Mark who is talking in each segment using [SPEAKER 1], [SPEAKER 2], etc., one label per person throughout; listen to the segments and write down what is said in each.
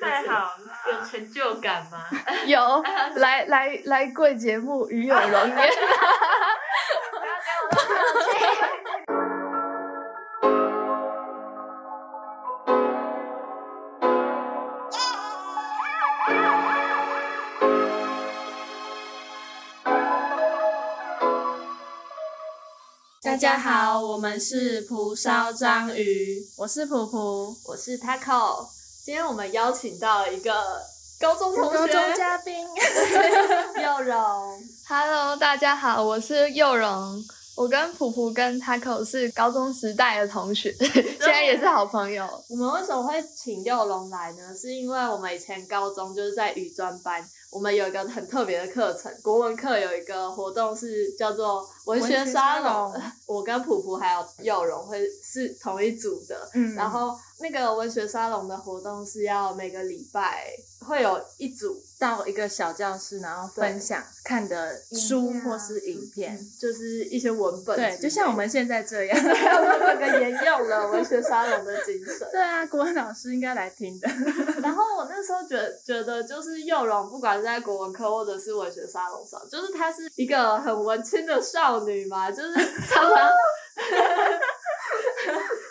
[SPEAKER 1] 太好了，
[SPEAKER 2] 有成就感吗？
[SPEAKER 3] 有来来来贵节目与有荣焉。
[SPEAKER 1] 不要给我乱道歉。
[SPEAKER 4] 大家好，我们是蒲烧章鱼，
[SPEAKER 3] 我是普普，
[SPEAKER 2] 我是 Taco，今天我们邀请到了一个高中同学，
[SPEAKER 3] 嘉宾。
[SPEAKER 2] 佑荣，
[SPEAKER 3] Hello，大家好，我是佑荣。我跟普普跟 Taco 是高中时代的同学，现在也是好朋友。
[SPEAKER 2] 我们为什么会请佑龙来呢？是因为我们以前高中就是在语专班，我们有一个很特别的课程，国文课有一个活动是叫做文学沙龙。我跟普普还有佑荣会是同一组的，
[SPEAKER 3] 嗯
[SPEAKER 2] 然后那个文学沙龙的活动是要每个礼拜会有一组，
[SPEAKER 4] 到一个小教室，然后
[SPEAKER 2] 对
[SPEAKER 4] 分享看的书
[SPEAKER 1] 片啊
[SPEAKER 4] 或是影片。
[SPEAKER 2] 就是一些文本之类
[SPEAKER 4] 对，
[SPEAKER 2] 的，
[SPEAKER 4] 就像我们现在这 样。
[SPEAKER 2] 我们整个沿用了文学沙龙的精 神。
[SPEAKER 4] 对啊，国文老师应该来听的。
[SPEAKER 2] 然后我那时候觉得觉得，就是佑荣，不管是在国文科或者是文学沙龙上，就是她是一个很文青的少女嘛， 就是常常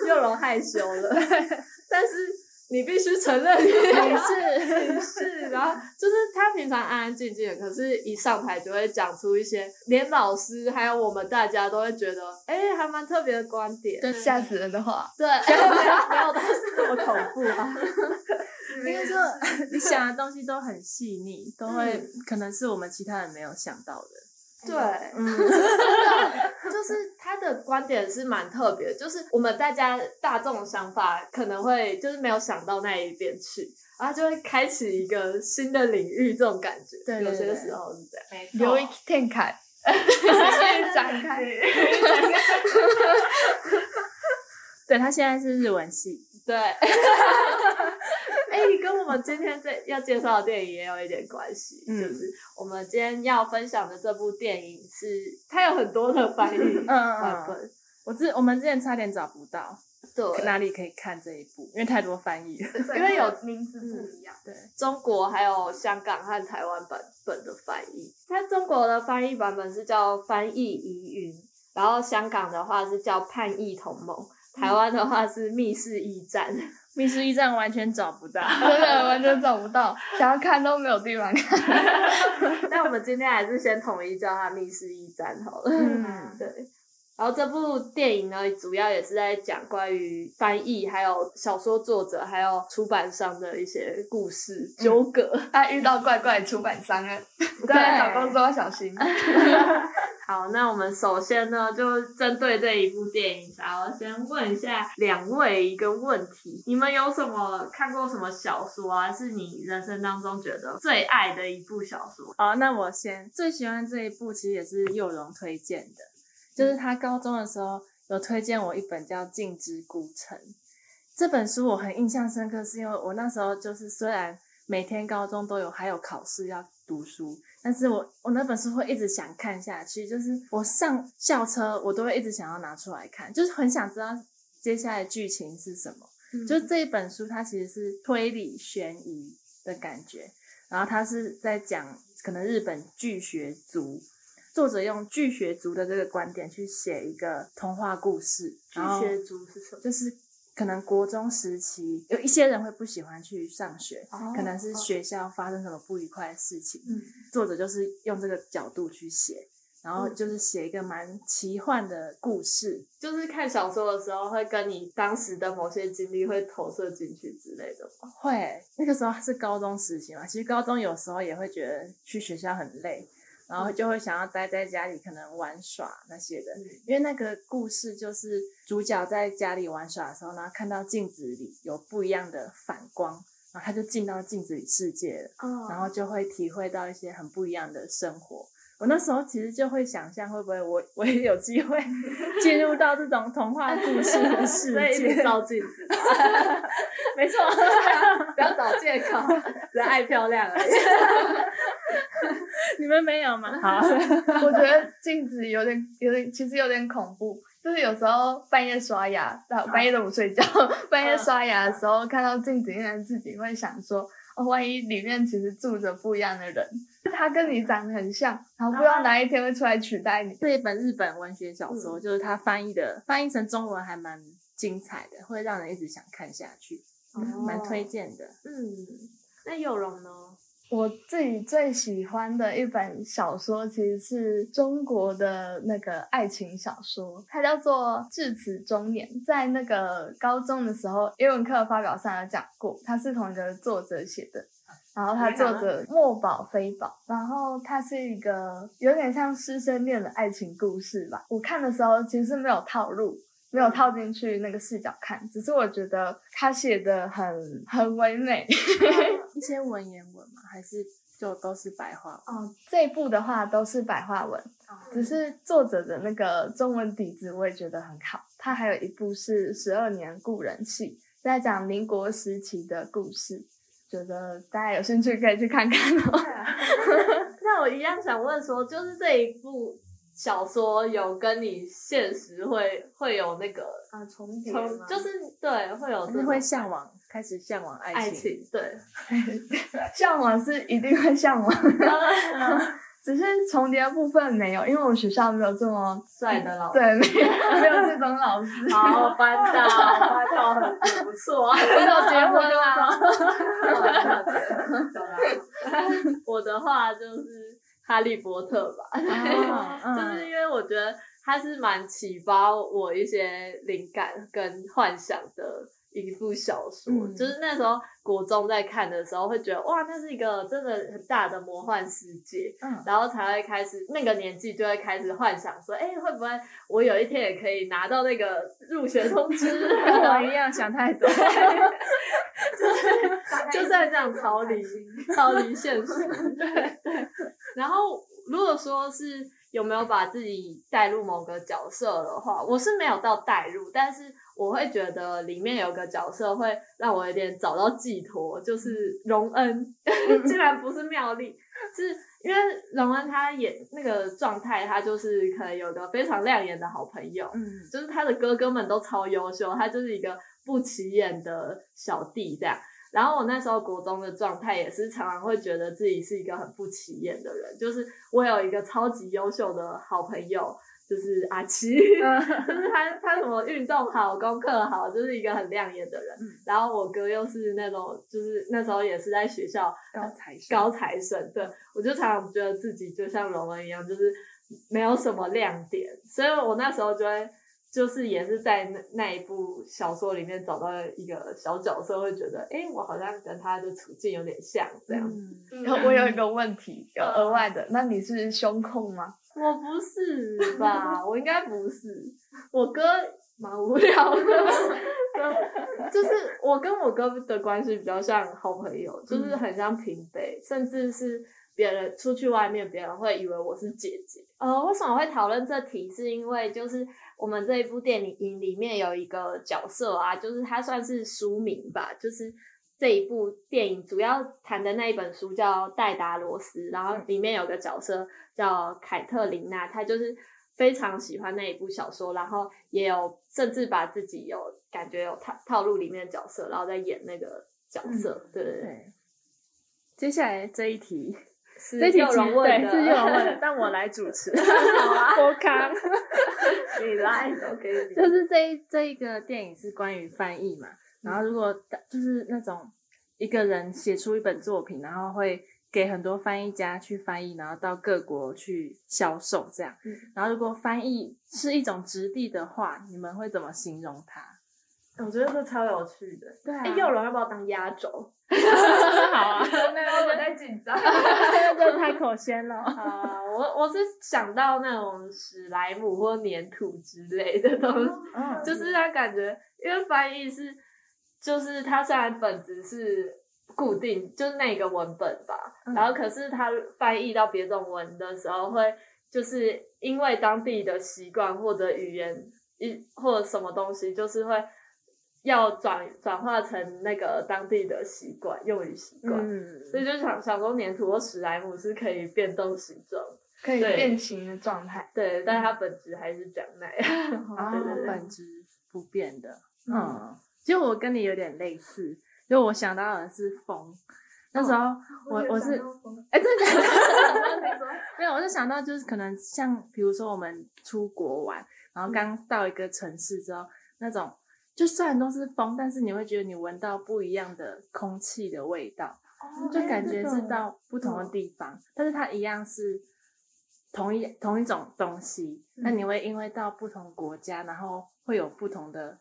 [SPEAKER 2] 佑荣害羞了，但是你必须承认你是你是，然后就是她平常安安静静的，可是一上台就会讲出一些连老师还有我们大家都会觉得，哎、还蛮特别的观点。
[SPEAKER 4] 对
[SPEAKER 3] 吓死人的话，
[SPEAKER 2] 对，没有没有，但是那么恐怖啊。
[SPEAKER 4] 应该说 你想的东西都很细腻，都会、
[SPEAKER 2] 嗯
[SPEAKER 4] 可能是我们其他人没有想到的。
[SPEAKER 2] 对，
[SPEAKER 4] 嗯，
[SPEAKER 2] 就是他的观点是蛮特别，就是我们大家大众的想法可能会就是没有想到那一边去，然后就会开启一个新的领域，这种感觉。
[SPEAKER 4] 对对
[SPEAKER 2] 有些
[SPEAKER 4] 对
[SPEAKER 2] 时候是这样。
[SPEAKER 1] 没错
[SPEAKER 3] 留一天开，展开。
[SPEAKER 4] 对他现在是日文系，
[SPEAKER 2] 对，哎、跟我们今天这要介绍的电影也有一点关系，
[SPEAKER 4] 嗯
[SPEAKER 2] 就是我们今天要分享的这部电影是它有很多的翻译
[SPEAKER 4] 嗯嗯
[SPEAKER 2] 版
[SPEAKER 4] 嗯，
[SPEAKER 2] 本，
[SPEAKER 4] 我之我们之前差点找不到
[SPEAKER 2] 对，
[SPEAKER 4] 哪里可以看这一部，因为太多翻译了。
[SPEAKER 1] 因为有名字不一样，
[SPEAKER 4] 对，
[SPEAKER 2] 中国还有香港和台湾版本的翻译。它中国的翻译版本是叫《翻译疑云》，然后香港的话是叫《叛逆同盟》，台湾的话是《密室驿站》
[SPEAKER 4] 密室驿站完全找不到。
[SPEAKER 3] 嗯真的完全找不到，想要看都没有地方看。
[SPEAKER 2] 但我们今天还是先统一叫它《密室驿站》好了。
[SPEAKER 4] 嗯，
[SPEAKER 2] 对。然后这部电影呢，主要也是在讲关于翻译、还有小说作者、还有出版商的一些故事纠葛。
[SPEAKER 3] 他遇到怪怪出版商了，大家找工作要小心。
[SPEAKER 2] 好，那我们首先呢，就针对这一部电影，想要先问一下两位一个问题：你们有什么看过什么小说啊？是你人生当中觉得最爱的一部小说？
[SPEAKER 4] 好，那我先最喜欢这一部，其实也是佑荣推荐的，就是他高中的时候有推荐我一本叫《静之孤城》这本书，我很印象深刻，是因为我那时候就是虽然每天高中都有还有考试要读书，但是我我那本书会一直想看下去，就是我上校车我都会一直想要拿出来看，就是很想知道接下来剧情是什么。就这一本书，它其实是推理悬疑的感觉，然后它是在讲可能日本巨学族，作者用巨学族的这个观点去写一个童话故事，
[SPEAKER 2] 巨
[SPEAKER 4] 然后
[SPEAKER 2] 蟹族是什么？
[SPEAKER 4] 就是可能国中时期有一些人会不喜欢去上学，可能是学校发生什么不愉快的事情，
[SPEAKER 2] 哦嗯
[SPEAKER 4] 作者就是用这个角度去写。然后就是写一个蛮奇幻的故事，
[SPEAKER 2] 就是看小说的时候，会跟你当时的某些经历会投射进去之类的吗？
[SPEAKER 4] 会，那个时候是高中时期嘛，其实高中有时候也会觉得去学校很累，然
[SPEAKER 2] 嗯
[SPEAKER 4] 后就会想要待在家里，可能玩耍那些的。因为那个故事就是主角在家里玩耍的时候，然后看到镜子里有不一样的反光，然后他就进到镜子里世界了，
[SPEAKER 2] 哦
[SPEAKER 4] 然后就会体会到一些很不一样的生活。我那时候其实就会想象，会不会我我也有机 会进入到这种童话故事的世
[SPEAKER 2] 所以一直
[SPEAKER 4] 界？
[SPEAKER 2] 照镜子，
[SPEAKER 4] 没错。
[SPEAKER 2] 不要找借口，人爱漂亮而已。
[SPEAKER 4] 你们没有吗？ 好，
[SPEAKER 3] 我觉得镜子有点、有点，其实有点恐怖。就是有时候半夜刷牙，到半夜都不睡觉，半夜刷牙的时候看到镜子，竟然自己会想说：“哦万一里面其实住着不一样的人，他跟你长得很像，然后不知道哪一天会出来取代你。
[SPEAKER 4] 这一本日本文学小说，就是它翻译的翻译成中文还蛮精彩的，会让人一直想看下去，蛮推
[SPEAKER 2] 荐。
[SPEAKER 4] 荐的。
[SPEAKER 2] 哦嗯，那有容
[SPEAKER 4] 哦
[SPEAKER 2] 呢？
[SPEAKER 3] 我自己最喜欢的一本小说，其实是中国的那个爱情小说，它叫做《至此中年》。在那个高中的时候，英文课发表上有讲过，它是同一个作者写的。然后它作者墨宝非宝，然后它是一个有点像师生恋的爱情故事吧。我看的时候其实是没有套路，没有套进去那个视角看，只是我觉得他写的很很唯美。
[SPEAKER 4] 一些文言文嘛，还是就都是白话文。
[SPEAKER 3] 哦，这一部的话都是白话文，只
[SPEAKER 2] 嗯
[SPEAKER 3] 是作者的那个中文底子我也觉得很好。他还有一部是《十二年故人戏》，在讲民国时期的故事，觉得大家有兴趣可以去看看哦。
[SPEAKER 2] 那我一样想问说，就是这一部小说有跟你现实会会有那个
[SPEAKER 3] 啊，重
[SPEAKER 2] 从就是对会有
[SPEAKER 4] 还
[SPEAKER 2] 这
[SPEAKER 4] 是
[SPEAKER 2] 种
[SPEAKER 4] 会向往，开始向往
[SPEAKER 2] 爱
[SPEAKER 4] 爱情。
[SPEAKER 2] 情对，
[SPEAKER 3] 向往是一定会向往，
[SPEAKER 2] 嗯
[SPEAKER 3] 只是重叠部分没有，因为我们学校没有这么
[SPEAKER 2] 帅的老
[SPEAKER 3] 对，没有没有这种老师，
[SPEAKER 2] 好班长，班长很不错啊。
[SPEAKER 3] 没有结婚啦。
[SPEAKER 2] 啊我的话就是《哈利波特》吧，
[SPEAKER 4] 哦嗯
[SPEAKER 2] 就是因为我觉得它是蛮启发我一些灵感跟幻想的一部小说。
[SPEAKER 4] 嗯
[SPEAKER 2] 就是那时候国中在看的时候，会觉得哇，那是一个真的很大的魔幻世界，
[SPEAKER 4] 嗯
[SPEAKER 2] 然后才会开始那个年纪就会开始幻想说，哎、会不会我有一天也可以拿到那个入学通知？
[SPEAKER 4] 跟我一样想太 多，
[SPEAKER 2] 就是在这样逃离逃离现实。 对对。然后如果说是有没有把自己带入某个角色的话，我是没有到带入，但是我会觉得里面有个角色会让我有点找到寄托，就是荣恩， 竟然不是妙丽，是。因为荣恩他演那个状态，他就是可能有个非常亮眼的好朋友，
[SPEAKER 4] 嗯，
[SPEAKER 2] 就是他的哥哥们都超优秀，他就是一个不起眼的小弟这样。然后我那时候国中的状态也是常常会觉得自己是一个很不起眼的人，就是我有一个超级优秀的好朋友，就是阿七，
[SPEAKER 4] 嗯
[SPEAKER 2] 就是他他什么运动好、功课好，就是一个很亮眼的人。
[SPEAKER 4] 嗯
[SPEAKER 2] 然后我哥又是那种，就是那时候也是在学校
[SPEAKER 4] 高材生，
[SPEAKER 2] 高材生，对我就常常觉得自己就像龙恩一样，就是没有什么亮点，所以我那时候就会就是也是在那那一部小说里面找到一个小角色，会觉得哎、诶我好像跟他的处境有点像这样子。
[SPEAKER 4] 嗯
[SPEAKER 3] 我有一个问题，有额外的，那你是胸控吗？
[SPEAKER 2] 我不是吧？我应该不是，我哥蛮无聊的。对就是我跟我哥的关系比较像好朋友，就是很像平辈，甚至是别人出去外面，别人会以为我是姐姐。呃，为什么会讨论这题？是因为就是我们这一部电影里面有一个角色啊，就是他算是书名吧，就是这一部电影主要谈的那一本书叫《戴达罗斯》，然后里面有个角色叫凯特琳娜，她就是非常喜欢那一部小说，然后也有甚至把自己有感觉有套套路里面的角色，然后再演那个角色，对对对，
[SPEAKER 4] 对。接下来这一题，
[SPEAKER 2] 是
[SPEAKER 4] 这一题
[SPEAKER 2] 又
[SPEAKER 4] 其实
[SPEAKER 2] 容问
[SPEAKER 4] 对
[SPEAKER 2] 的，
[SPEAKER 4] 是幼 荣问的，但我来主持。
[SPEAKER 2] 好啊，
[SPEAKER 4] 我扛。
[SPEAKER 2] 你来都给你，
[SPEAKER 4] 就是这一这一个电影是关于翻译嘛，嗯然后如果就是那种一个人写出一本作品，然后会给很多翻译家去翻译，然后到各国去销售这样。
[SPEAKER 2] 嗯
[SPEAKER 4] 然后如果翻译是一种质地的话，你们会怎么形容它？
[SPEAKER 2] 我觉得这超有趣的。
[SPEAKER 4] 对啊
[SPEAKER 2] 哎，幼荣要不要当压轴？
[SPEAKER 4] 好啊，
[SPEAKER 3] 没有，我在紧张。
[SPEAKER 4] 这太口鲜了。
[SPEAKER 2] 啊，我我是想到那种史莱姆或粘土之类的东
[SPEAKER 3] 哦
[SPEAKER 2] 西，
[SPEAKER 4] 嗯，
[SPEAKER 2] 就是他感觉，因为翻译是，就是他虽然本质是固定，就是那个文本吧，
[SPEAKER 4] 嗯
[SPEAKER 2] 然后可是他翻译到别种文的时候，会就是因为当地的习惯或者语言一或者什么东西，就是会要转转化成那个当地的习惯用语习惯。所
[SPEAKER 4] 嗯，
[SPEAKER 2] 以就想想说，粘土或史莱姆是可以变动形状，
[SPEAKER 3] 可以
[SPEAKER 2] 对
[SPEAKER 3] 变形的状态。
[SPEAKER 2] 对，但它本质还是讲那样。
[SPEAKER 4] 然
[SPEAKER 2] 对
[SPEAKER 4] 后
[SPEAKER 2] 对对
[SPEAKER 4] 嗯哦
[SPEAKER 3] 啊
[SPEAKER 4] 本质不变嗯的。嗯，其实我跟你有点类似，就我想到的是风，那时候我我是哎，真的假 的 没有，我就想到就是可能像比如说我们出国玩，然后刚到一个城市之后，那种就虽然都是风，但是你会觉得你闻到不一样的空气的味道，就感
[SPEAKER 2] 哦
[SPEAKER 4] 觉是到不同的地方，但是它一样是同一同一种东西。那、你会因为到不同国家，然后会有不同的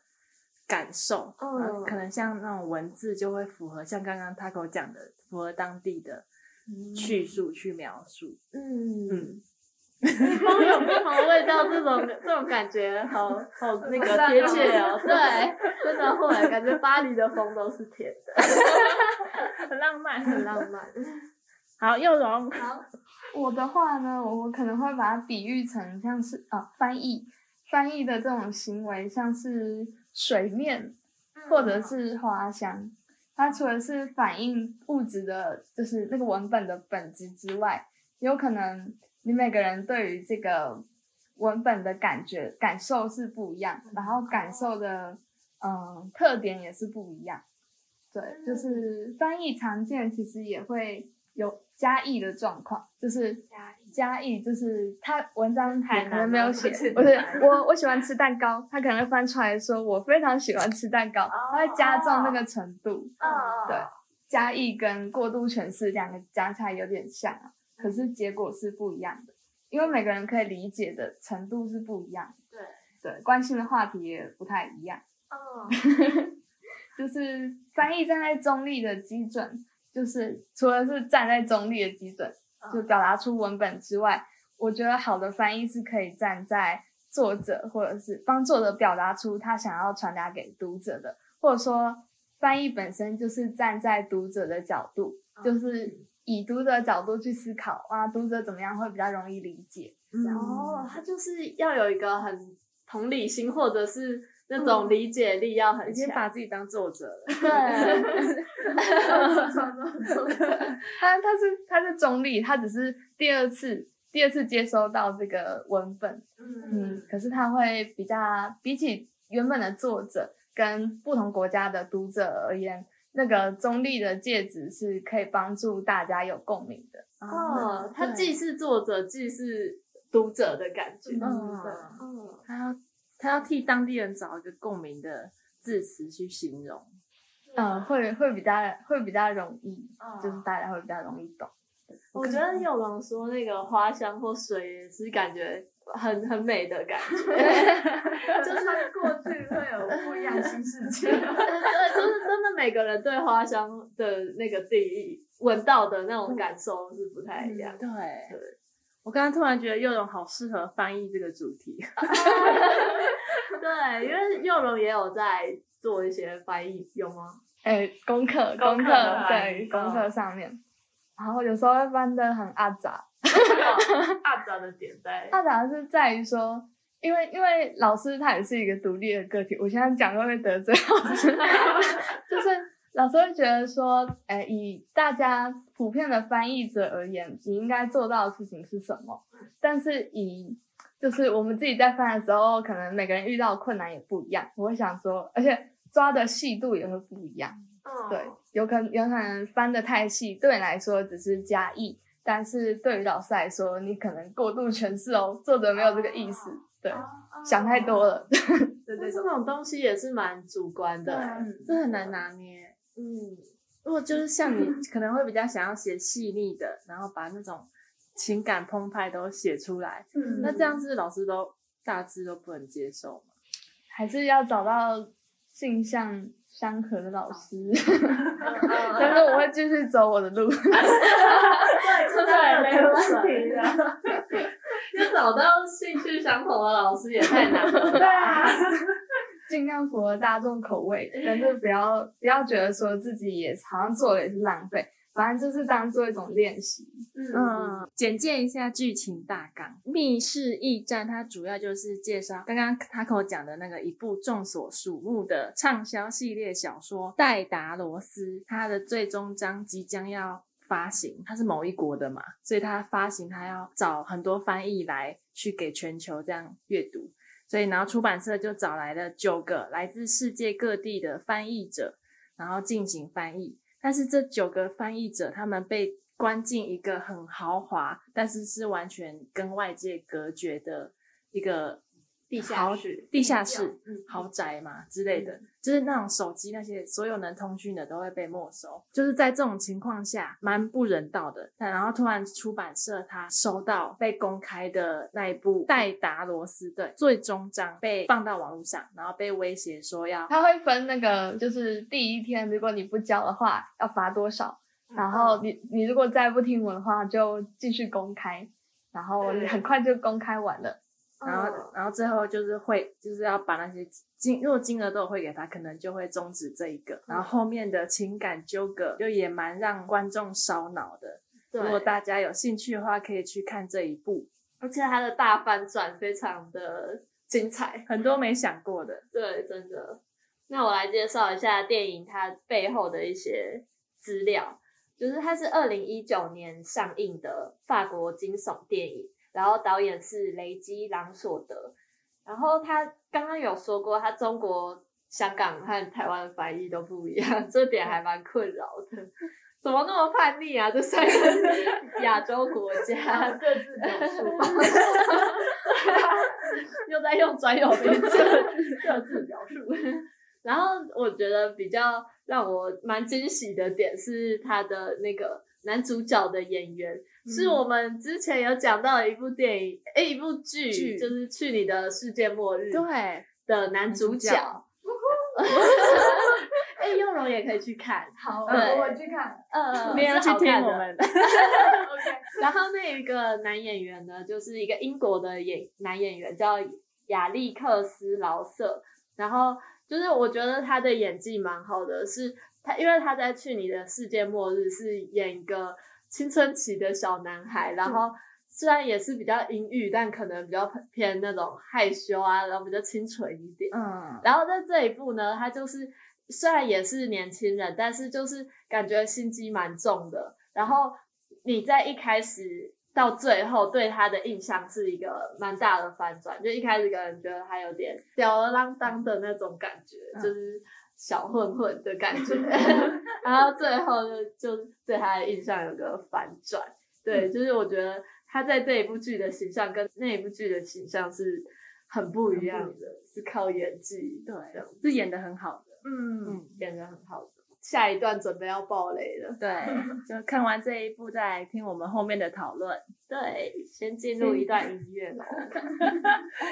[SPEAKER 4] 感受，
[SPEAKER 1] 嗯
[SPEAKER 4] 然后可能像那种文字就会符合，像刚刚 Taco 讲的，符合当地的
[SPEAKER 3] 嗯
[SPEAKER 4] 叙述去描述。
[SPEAKER 2] 嗯
[SPEAKER 4] 嗯，
[SPEAKER 2] 风有不同的味道，这种这种感觉好好那个贴切哦。对，真的会感觉巴黎的风都是甜的，
[SPEAKER 4] 很浪漫，
[SPEAKER 2] 很浪漫。
[SPEAKER 4] 好，又容
[SPEAKER 3] 我的话呢，我我可能会把它比喻成像是啊、翻译翻译的这种行为，像是水面或者
[SPEAKER 2] 嗯
[SPEAKER 3] 是花香。它除了是反映物质的，就是那个文本的本质之外，有可能你每个人对于这个文本的感觉感受是不一样，然后感受的嗯、呃特点也是不一样。对，
[SPEAKER 2] 嗯
[SPEAKER 3] 就是翻译常见，其实也会有加译的状况，就是加译，就是他文章
[SPEAKER 2] 太
[SPEAKER 3] 可能
[SPEAKER 2] 难
[SPEAKER 3] 没有
[SPEAKER 2] 了
[SPEAKER 3] 写
[SPEAKER 2] 不是，
[SPEAKER 3] 不是我我喜欢吃蛋糕，他可能会翻出来说我非常喜欢吃蛋糕，他会加重那个程度。
[SPEAKER 2] 哦
[SPEAKER 1] 嗯，
[SPEAKER 3] 对，加译跟过度诠释两个加起来有点像啊，可是结果是不一样的，因为每个人可以理解的程度是不一样的。对对，关心的话题也不太一样。
[SPEAKER 1] 嗯，
[SPEAKER 3] 就是翻译站在中立的基准，就是除了是站在中立的基准，就表达出文本之外，我觉得好的翻译是可以站在作者或者是帮作者表达出他想要传达给读者的，或者说翻译本身就是站在读者的角度，就是以读者角度去思考，啊，读者怎么样会比较容易理解。
[SPEAKER 4] 嗯
[SPEAKER 2] 哦，他就是要有一个很同理心，或者是那种理解力要
[SPEAKER 4] 嗯已
[SPEAKER 2] 很
[SPEAKER 4] 经
[SPEAKER 2] 强。
[SPEAKER 4] 把自己当作者了。
[SPEAKER 2] 对，
[SPEAKER 3] 他他是他是中立，他只是第二次第二次接收到这个文本，嗯，可是他会比较比起原本的作者跟不同国家的读者而言，那个中立的介质是可以帮助大家有共鸣的。
[SPEAKER 2] 哦，他
[SPEAKER 4] 对
[SPEAKER 2] 既是作者，既是读者的感觉。
[SPEAKER 4] 嗯
[SPEAKER 2] 对
[SPEAKER 1] 嗯，
[SPEAKER 4] 他要他要替当地人找一个共鸣的字词去形容。
[SPEAKER 1] 啊
[SPEAKER 3] 嗯，会会比较会比较容易，
[SPEAKER 1] 嗯
[SPEAKER 3] 就是大家会比较容易懂。
[SPEAKER 2] 我觉得有人说那个花香或水也是感觉很很美的感觉，
[SPEAKER 1] 就是过去会有不一样新世界。
[SPEAKER 2] 对，就是真的每个人对花香的那个定义、闻到的那种感受是不太一样。
[SPEAKER 4] 对，我刚刚突然觉得佑荣好适合翻译这个主题。
[SPEAKER 2] 对，因为佑荣也有在做一些翻译，有 吗？
[SPEAKER 3] 哎，功课
[SPEAKER 1] 功课
[SPEAKER 3] 课
[SPEAKER 1] 对
[SPEAKER 3] 对功
[SPEAKER 1] 嗯
[SPEAKER 3] 课上面，然后有时候会翻的很阿杂，
[SPEAKER 2] 阿杂的点 在
[SPEAKER 3] 他反而是在于说，因为因为老师他也是一个独立的个体，我现在讲会不会得罪老师？ 就是老师会觉得说，哎、以大家普遍的翻译者而言，你应该做到的事情是什么？但是以就是我们自己在翻的时候，可能每个人遇到的困难也不一样。我会想说，而且抓的细度也会不一样。
[SPEAKER 2] 哦
[SPEAKER 1] 嗯，
[SPEAKER 3] 对，有可能有可能翻的太细，对你来说只是加意，但是对于老师来说，你可能过度诠释哦，作者没有这个意思，对，想太多了。
[SPEAKER 1] 对
[SPEAKER 2] 那
[SPEAKER 1] 对
[SPEAKER 2] 这
[SPEAKER 1] 对，
[SPEAKER 2] 种东西也是蛮主观的、欸。
[SPEAKER 4] 嗯，这很难拿捏。
[SPEAKER 2] 嗯，
[SPEAKER 4] 如果就是像你，可能会比较想要写细腻的，然后把那种情感澎湃都写出来。
[SPEAKER 1] 嗯
[SPEAKER 4] 那这样是老师都大致都不能接受吗？
[SPEAKER 3] 还是要找到性向相合的老师，
[SPEAKER 2] 嗯 呃
[SPEAKER 3] 但是我会继续走我的路。
[SPEAKER 2] 对，没问题。啊
[SPEAKER 1] 题的。
[SPEAKER 2] 要找到兴趣相同的老师也太难了。
[SPEAKER 3] 对啊， 尽量符合大众口味，但是不要不要觉得说自己也好像做了也是浪费，反正就是当做一种练习。
[SPEAKER 4] 嗯，简介一下剧情大纲，《密室驿站》它主要就是介绍刚刚他跟我讲的那个一部众所瞩目的畅销系列小说《戴达罗斯》，它的最终章即将要发行，它是某一国的嘛，所以它发行它要找很多翻译来去给全球这样阅读，所以然后出版社就找来了九个来自世界各地的翻译者，然后进行翻译。但是这九个翻译者他们被关进一个很豪华，但是是完全跟外界隔绝的一个
[SPEAKER 2] 地
[SPEAKER 4] 豪
[SPEAKER 2] 下室，
[SPEAKER 4] 地下室
[SPEAKER 2] 嗯，
[SPEAKER 4] 豪宅嘛之类的，就是那种手机那些所有能通讯的都会被没收，就是在这种情况下蛮不人道的。但然后突然出版社他收到被公开的那一部《戴达罗斯队》最终章被放到网络上，然后被威胁说要
[SPEAKER 3] 他会分那个，就是第一天，如果你不交的话，要罚多少。
[SPEAKER 2] 嗯
[SPEAKER 1] 嗯
[SPEAKER 3] 然后你你如果再不听我的话，就继续公开。然后你
[SPEAKER 2] 对
[SPEAKER 3] 很快就公开完了，
[SPEAKER 2] 嗯
[SPEAKER 4] 然后，然后最后就是会，就是要把那些金，如果金额都有汇给他，可能就会终止这一个。然后
[SPEAKER 2] 嗯
[SPEAKER 4] 后面的情感纠葛，就也蛮让观众烧脑的。
[SPEAKER 2] 对
[SPEAKER 4] 如果大家有兴趣的话，可以去看这一部，
[SPEAKER 2] 而且他的大反转非常的精彩，
[SPEAKER 4] 很多没想过的。
[SPEAKER 2] 对，真的。那我来介绍一下电影它背后的一些资料，就是它是二零一九年上映的法国惊悚电影，然后导演是雷基·朗索德，然后他刚刚有说过，他中国、香港和台湾的翻译都不一样， 这点还蛮困扰的。怎么那么叛逆啊？这算是亚洲国 家各自表述吧。 又在用专有名词各自表述。然后我觉得比较让我蛮惊喜的点是他的那个男主角的演员，是我们之前有讲到的一部电影，哎，一部剧，
[SPEAKER 4] 剧
[SPEAKER 2] 就是去你的世界末日
[SPEAKER 4] 对，
[SPEAKER 2] 的男主角
[SPEAKER 4] 男主。
[SPEAKER 2] 哎，优柔也可以去看，
[SPEAKER 1] 好，
[SPEAKER 2] 对
[SPEAKER 1] 我我去 看。
[SPEAKER 2] 呃，
[SPEAKER 4] 没有
[SPEAKER 2] 是
[SPEAKER 4] 去
[SPEAKER 2] 好
[SPEAKER 4] 听
[SPEAKER 2] 看
[SPEAKER 4] 我
[SPEAKER 2] 的
[SPEAKER 4] 们
[SPEAKER 1] OK，
[SPEAKER 2] 然后那一个男演员呢，就是一个英国的演男演员，叫亚历克斯劳瑟。然后就是我觉得他的演技蛮好的，是他因为他在去你的世界末日是演一个青春期的小男孩，然后虽然也是比较阴郁，但可能比较偏那种害羞啊，然后比较清纯一点。
[SPEAKER 4] 嗯，
[SPEAKER 2] 然后在这一部呢，他就是虽然也是年轻人，但是就是感觉心机蛮重的。然后你在一开始到最后对他的印象是一个蛮大的反转，就一开始可能觉得他有点吊儿郎当的那种感觉，
[SPEAKER 4] 嗯
[SPEAKER 2] 就是小混混的感 觉，然后最后就就对他的印象有个反转。对，就是我觉得他在这一部剧的形象跟那一部剧的形象是很不一样的，是靠演技
[SPEAKER 4] 对
[SPEAKER 2] 这样，
[SPEAKER 4] 是演的很好的。
[SPEAKER 1] 嗯，
[SPEAKER 4] 嗯，
[SPEAKER 2] 演的很好的。下一段准备要爆雷了，
[SPEAKER 4] 对，就看完这一部再来听我们后面的讨论。
[SPEAKER 2] 对，先进入一段音乐喽，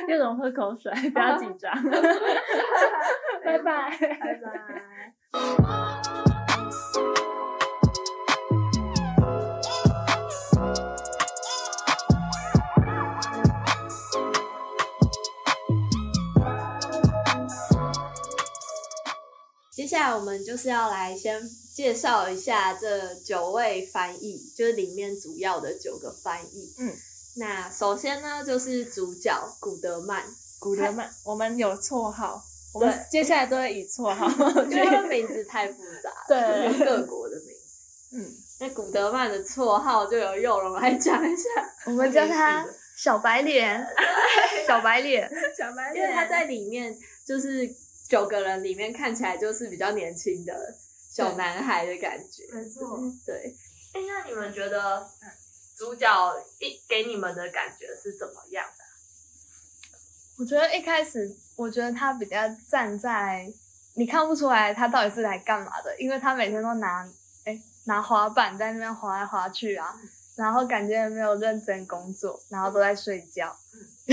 [SPEAKER 4] 叶龙喝口 水，不要紧张。拜拜。
[SPEAKER 2] 拜拜。接下来我们就是要来先介绍一下这九位翻译，就是里面主要的九个翻译。
[SPEAKER 4] 嗯，
[SPEAKER 2] 那首先呢，就是主角古德 曼，
[SPEAKER 4] 古德曼，我们有绰号，我们
[SPEAKER 2] 对
[SPEAKER 4] 接下来都会以绰号
[SPEAKER 2] 因为他的名字太复杂了，
[SPEAKER 4] 对
[SPEAKER 2] 有各国的名字。
[SPEAKER 4] 嗯，
[SPEAKER 2] 那古德曼的绰号就由佑荣来讲一下，
[SPEAKER 3] 我们叫他小白脸， 小白脸。
[SPEAKER 4] 小白
[SPEAKER 2] 因为他在里面就是九个人里面看起来就是比较年轻的小男孩的感觉。
[SPEAKER 1] 没错。
[SPEAKER 2] 对，哎、那你们觉得主角一给你们的感觉是怎么样的？
[SPEAKER 3] 我觉得一开始，我觉得他比较站在你看不出来他到底是来干嘛的，因为他每天都拿哎拿滑板在那边滑来滑去啊，然后感觉也没有认真工作，然后都在睡觉，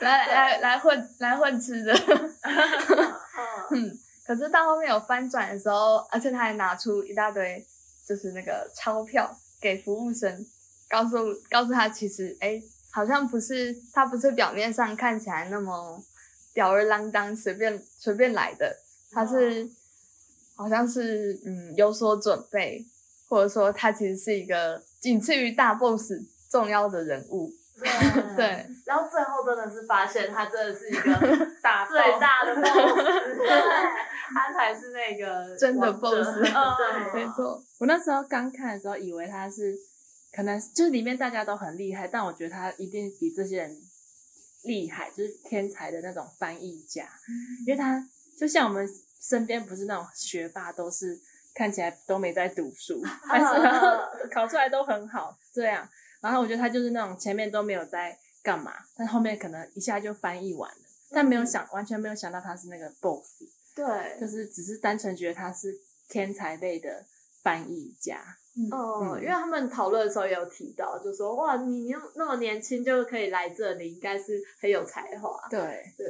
[SPEAKER 3] 来来来混来混吃的。
[SPEAKER 2] 嗯，
[SPEAKER 3] 可是到后面有翻转的时候，而且他还拿出一大堆就是那个钞票给服务生，告诉告诉他其实哎、诶好像不是他不是表面上看起来那么吊儿郎当随便随便来的，他是、好像是嗯有所准备，或者说他其实是一个仅次于大 boss 重要的人物，
[SPEAKER 2] 对。
[SPEAKER 3] 对。
[SPEAKER 2] 然后最后真的是发现他真的是一个
[SPEAKER 4] 大
[SPEAKER 2] 最大的 boss，对，他才是那个
[SPEAKER 3] 真的
[SPEAKER 2] 王者嗯
[SPEAKER 3] boss
[SPEAKER 2] 对，
[SPEAKER 3] 没错，
[SPEAKER 4] 我那时候刚看的时候，以为他是可能就是里面大家都很厉害，但我觉得他一定比这些人厉害，就是天才的那种翻译家，因为他就像我们身边不是那种学霸，都是看起来都没在读书，
[SPEAKER 2] 啊
[SPEAKER 4] 但是然后考出来都很好，这样。然后我觉得他就是那种前面都没有在干嘛，但后面可能一下就翻译完了，但没有想完全没有想到他是那个 boss，
[SPEAKER 2] 对，
[SPEAKER 4] 就是只是单纯觉得他是天才类的翻译家。
[SPEAKER 2] 哦、
[SPEAKER 4] 嗯
[SPEAKER 2] 因为他们讨论的时候也有提到，就说哇，你那那么年轻就可以来这里，应该是很有才华。
[SPEAKER 4] 对，
[SPEAKER 2] 对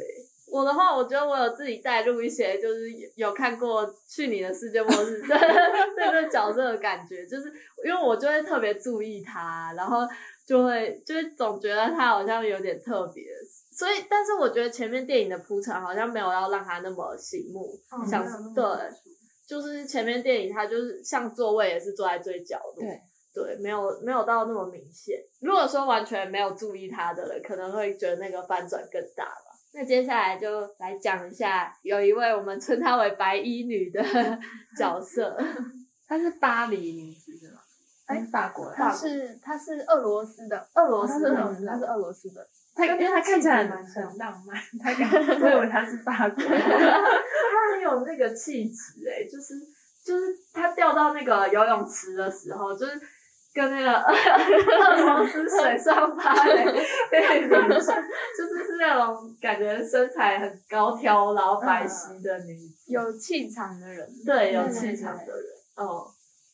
[SPEAKER 2] 我的话，我觉得我有自己带入一些，就是有看过《去你的 世界末日》对对这个角色的感觉，就是因为我就会特别注意他，然后就会就会总觉得他好像有点特别，所以但是我觉得前面电影的铺陈好像没有要让他那么醒目，
[SPEAKER 4] 哦
[SPEAKER 3] 哦
[SPEAKER 2] 想对，就是前面电影他就是像座位也是坐在最角落，
[SPEAKER 4] 对
[SPEAKER 2] 对，没有没有到那么明显。如果说完全没有注意他的人，可能会觉得那个翻转更大吧。那接下来就来讲一下，有一位我们称她为白衣女的 角色，
[SPEAKER 4] 他是巴黎女子是吗？
[SPEAKER 3] 哎
[SPEAKER 4] 哎，法国人
[SPEAKER 3] 他是他是俄罗斯的，俄罗斯的，哦他是俄罗斯的，
[SPEAKER 4] 他因为他看起来
[SPEAKER 1] 跟他气质蛮像
[SPEAKER 4] 很浪漫，他感 我以为他是法国 人。
[SPEAKER 2] 她很有那个气质哎，就是就是她掉到那个游泳池的时候，就是跟那个 俄罗斯水上芭蕾 那个女生，就是是那种感觉身材很高挑，然后白皙的女子，
[SPEAKER 3] 有气场的人。
[SPEAKER 2] 对，有
[SPEAKER 4] 对
[SPEAKER 2] 气
[SPEAKER 4] 对
[SPEAKER 2] 场的人。哦，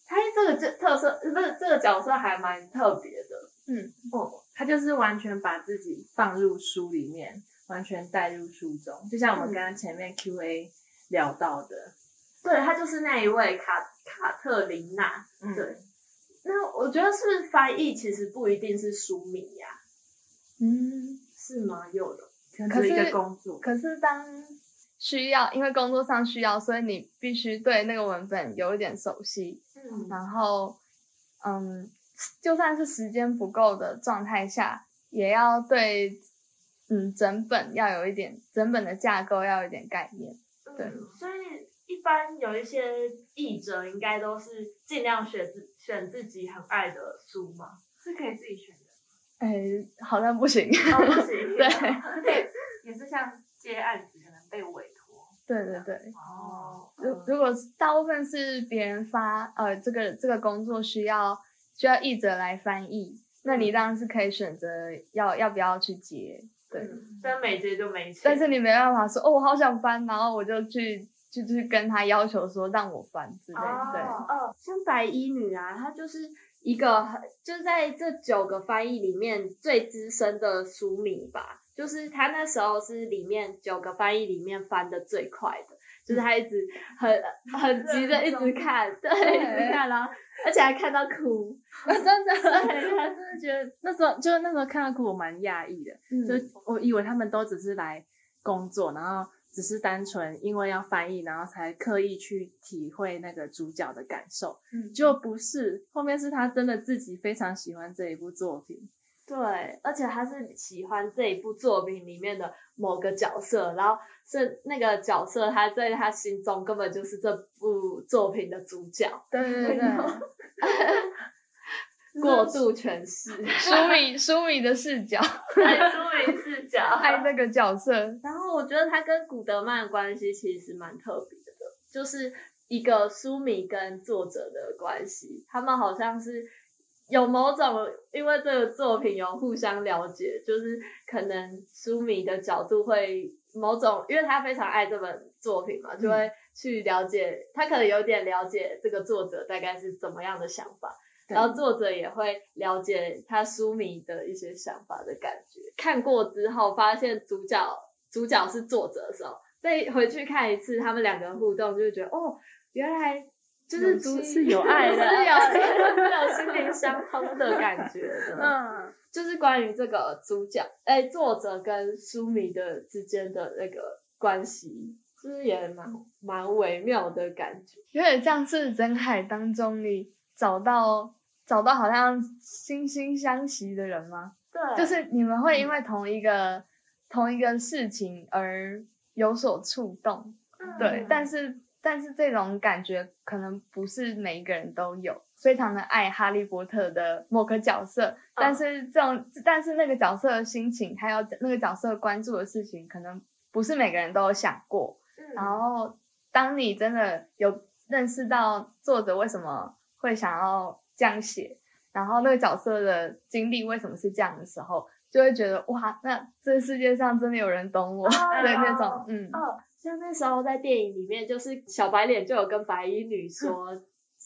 [SPEAKER 2] 他这个这特色，不是这个角色还蛮特别的。
[SPEAKER 4] 哦，他就是完全把自己放入书里面，完全带入书中，就像我们刚刚前面 Q A 聊到的，
[SPEAKER 2] 对，他就是那一位卡卡特琳娜。
[SPEAKER 4] 嗯
[SPEAKER 2] 对，那我觉得是不是翻译其实不一定是书名呀、
[SPEAKER 3] 嗯，
[SPEAKER 2] 是吗？有的。
[SPEAKER 4] 可能
[SPEAKER 3] 可
[SPEAKER 4] 是一
[SPEAKER 3] 是
[SPEAKER 4] 个工作，
[SPEAKER 3] 可是当需要，因为工作上需要，所以你必须对那个文本有一点熟悉。
[SPEAKER 2] 嗯
[SPEAKER 3] 然后，嗯，就算是时间不够的状态下，也要对，嗯，整本要有一点整本的架构要有一点概念。对
[SPEAKER 2] 嗯，所以一般有一些译者应该都是尽量选自选自己很爱的书嘛。
[SPEAKER 1] 是可以自己选的，
[SPEAKER 3] 哎，好像不行。
[SPEAKER 2] 哦， 不行，
[SPEAKER 3] 对
[SPEAKER 1] 也是像接案子可能被委托。
[SPEAKER 3] 对对对。
[SPEAKER 2] 哦，
[SPEAKER 3] 如如果是大部分是别人发，呃，这个这个工作需要需要译者来翻译，那你当然是可以选择要要不要去接，对。
[SPEAKER 2] 嗯但每节就没钱。
[SPEAKER 3] 但是你没办法说哦，我好想翻，然后我就去就去跟他要求说让我翻之类的，对。
[SPEAKER 2] 哦 哦，像白衣女啊，她就是一个很就是在这九个翻译里面最资深的书迷吧，就是她那时候是里面九个翻译里面翻的最快的。就是她一直很很急着一直看， 对，一直看，然后而且还看到哭，
[SPEAKER 4] 真 的，
[SPEAKER 2] 对
[SPEAKER 4] 他真的觉得那时候就那时候看到哭，我蛮讶异的，
[SPEAKER 2] 嗯，
[SPEAKER 4] 就我以为他们都只是来工作，然后只是单纯因为要翻译，然后才刻意去体会那个主角的感受，
[SPEAKER 3] 嗯
[SPEAKER 4] 就不是后面是他真的自己非常喜欢这一部作品，
[SPEAKER 2] 对，而且她是喜欢这一部作品里面的某个角色，然后是那个角色，她在她心中根本就是这部作品的主角，
[SPEAKER 3] 对对对，
[SPEAKER 2] 过度诠释，
[SPEAKER 3] 舒米舒米的视角，
[SPEAKER 2] 爱出名视角。
[SPEAKER 3] 爱那个角色，
[SPEAKER 2] 然后我觉得他跟古德曼的关系其实蛮特别的，就是一个书迷跟作者的关系，他们好像是有某种因为这个作品有互相了解，就是可能书迷的角度会某种，因为他非常爱这本作品嘛，就会去了解，他可能有点了解这个作者大概是怎么样的想法。
[SPEAKER 4] 对
[SPEAKER 2] 然后作者也会了解他书迷的一些想法的感觉。看过之后，发现主角主角是作者的时候，再回去看一次他们两个的互动，就会觉得哦，原来就是主
[SPEAKER 4] 有是有爱的
[SPEAKER 2] 是有是有心灵相通的感觉的。
[SPEAKER 4] 嗯。
[SPEAKER 2] 就是关于这个主角哎、作者跟书迷的之间的那个关系，就是也蛮蛮微妙的感觉。
[SPEAKER 3] 有点像是人海当中你找到找到好像惺惺相惜的人吗？
[SPEAKER 2] 对
[SPEAKER 3] 就是你们会因为同一个、同一个事情而有所触动，
[SPEAKER 4] 嗯
[SPEAKER 3] 对，但是但是这种感觉可能不是每一个人都有。非常的爱哈利波特的某个角色，但是这种但是那个角色的心情，还有那个角色关注的事
[SPEAKER 4] 嗯
[SPEAKER 3] 情，可能不是每个人都有想过。然后，当你真的有认识到作者为什么会想要这样写，然后那个角色的经历为什么是这样的时候，就会觉得哇，那这世界上真的有人懂我的 那种，嗯，
[SPEAKER 1] 哦，
[SPEAKER 2] 像那时候在电影里面，就是小白脸就有跟白衣 女说：“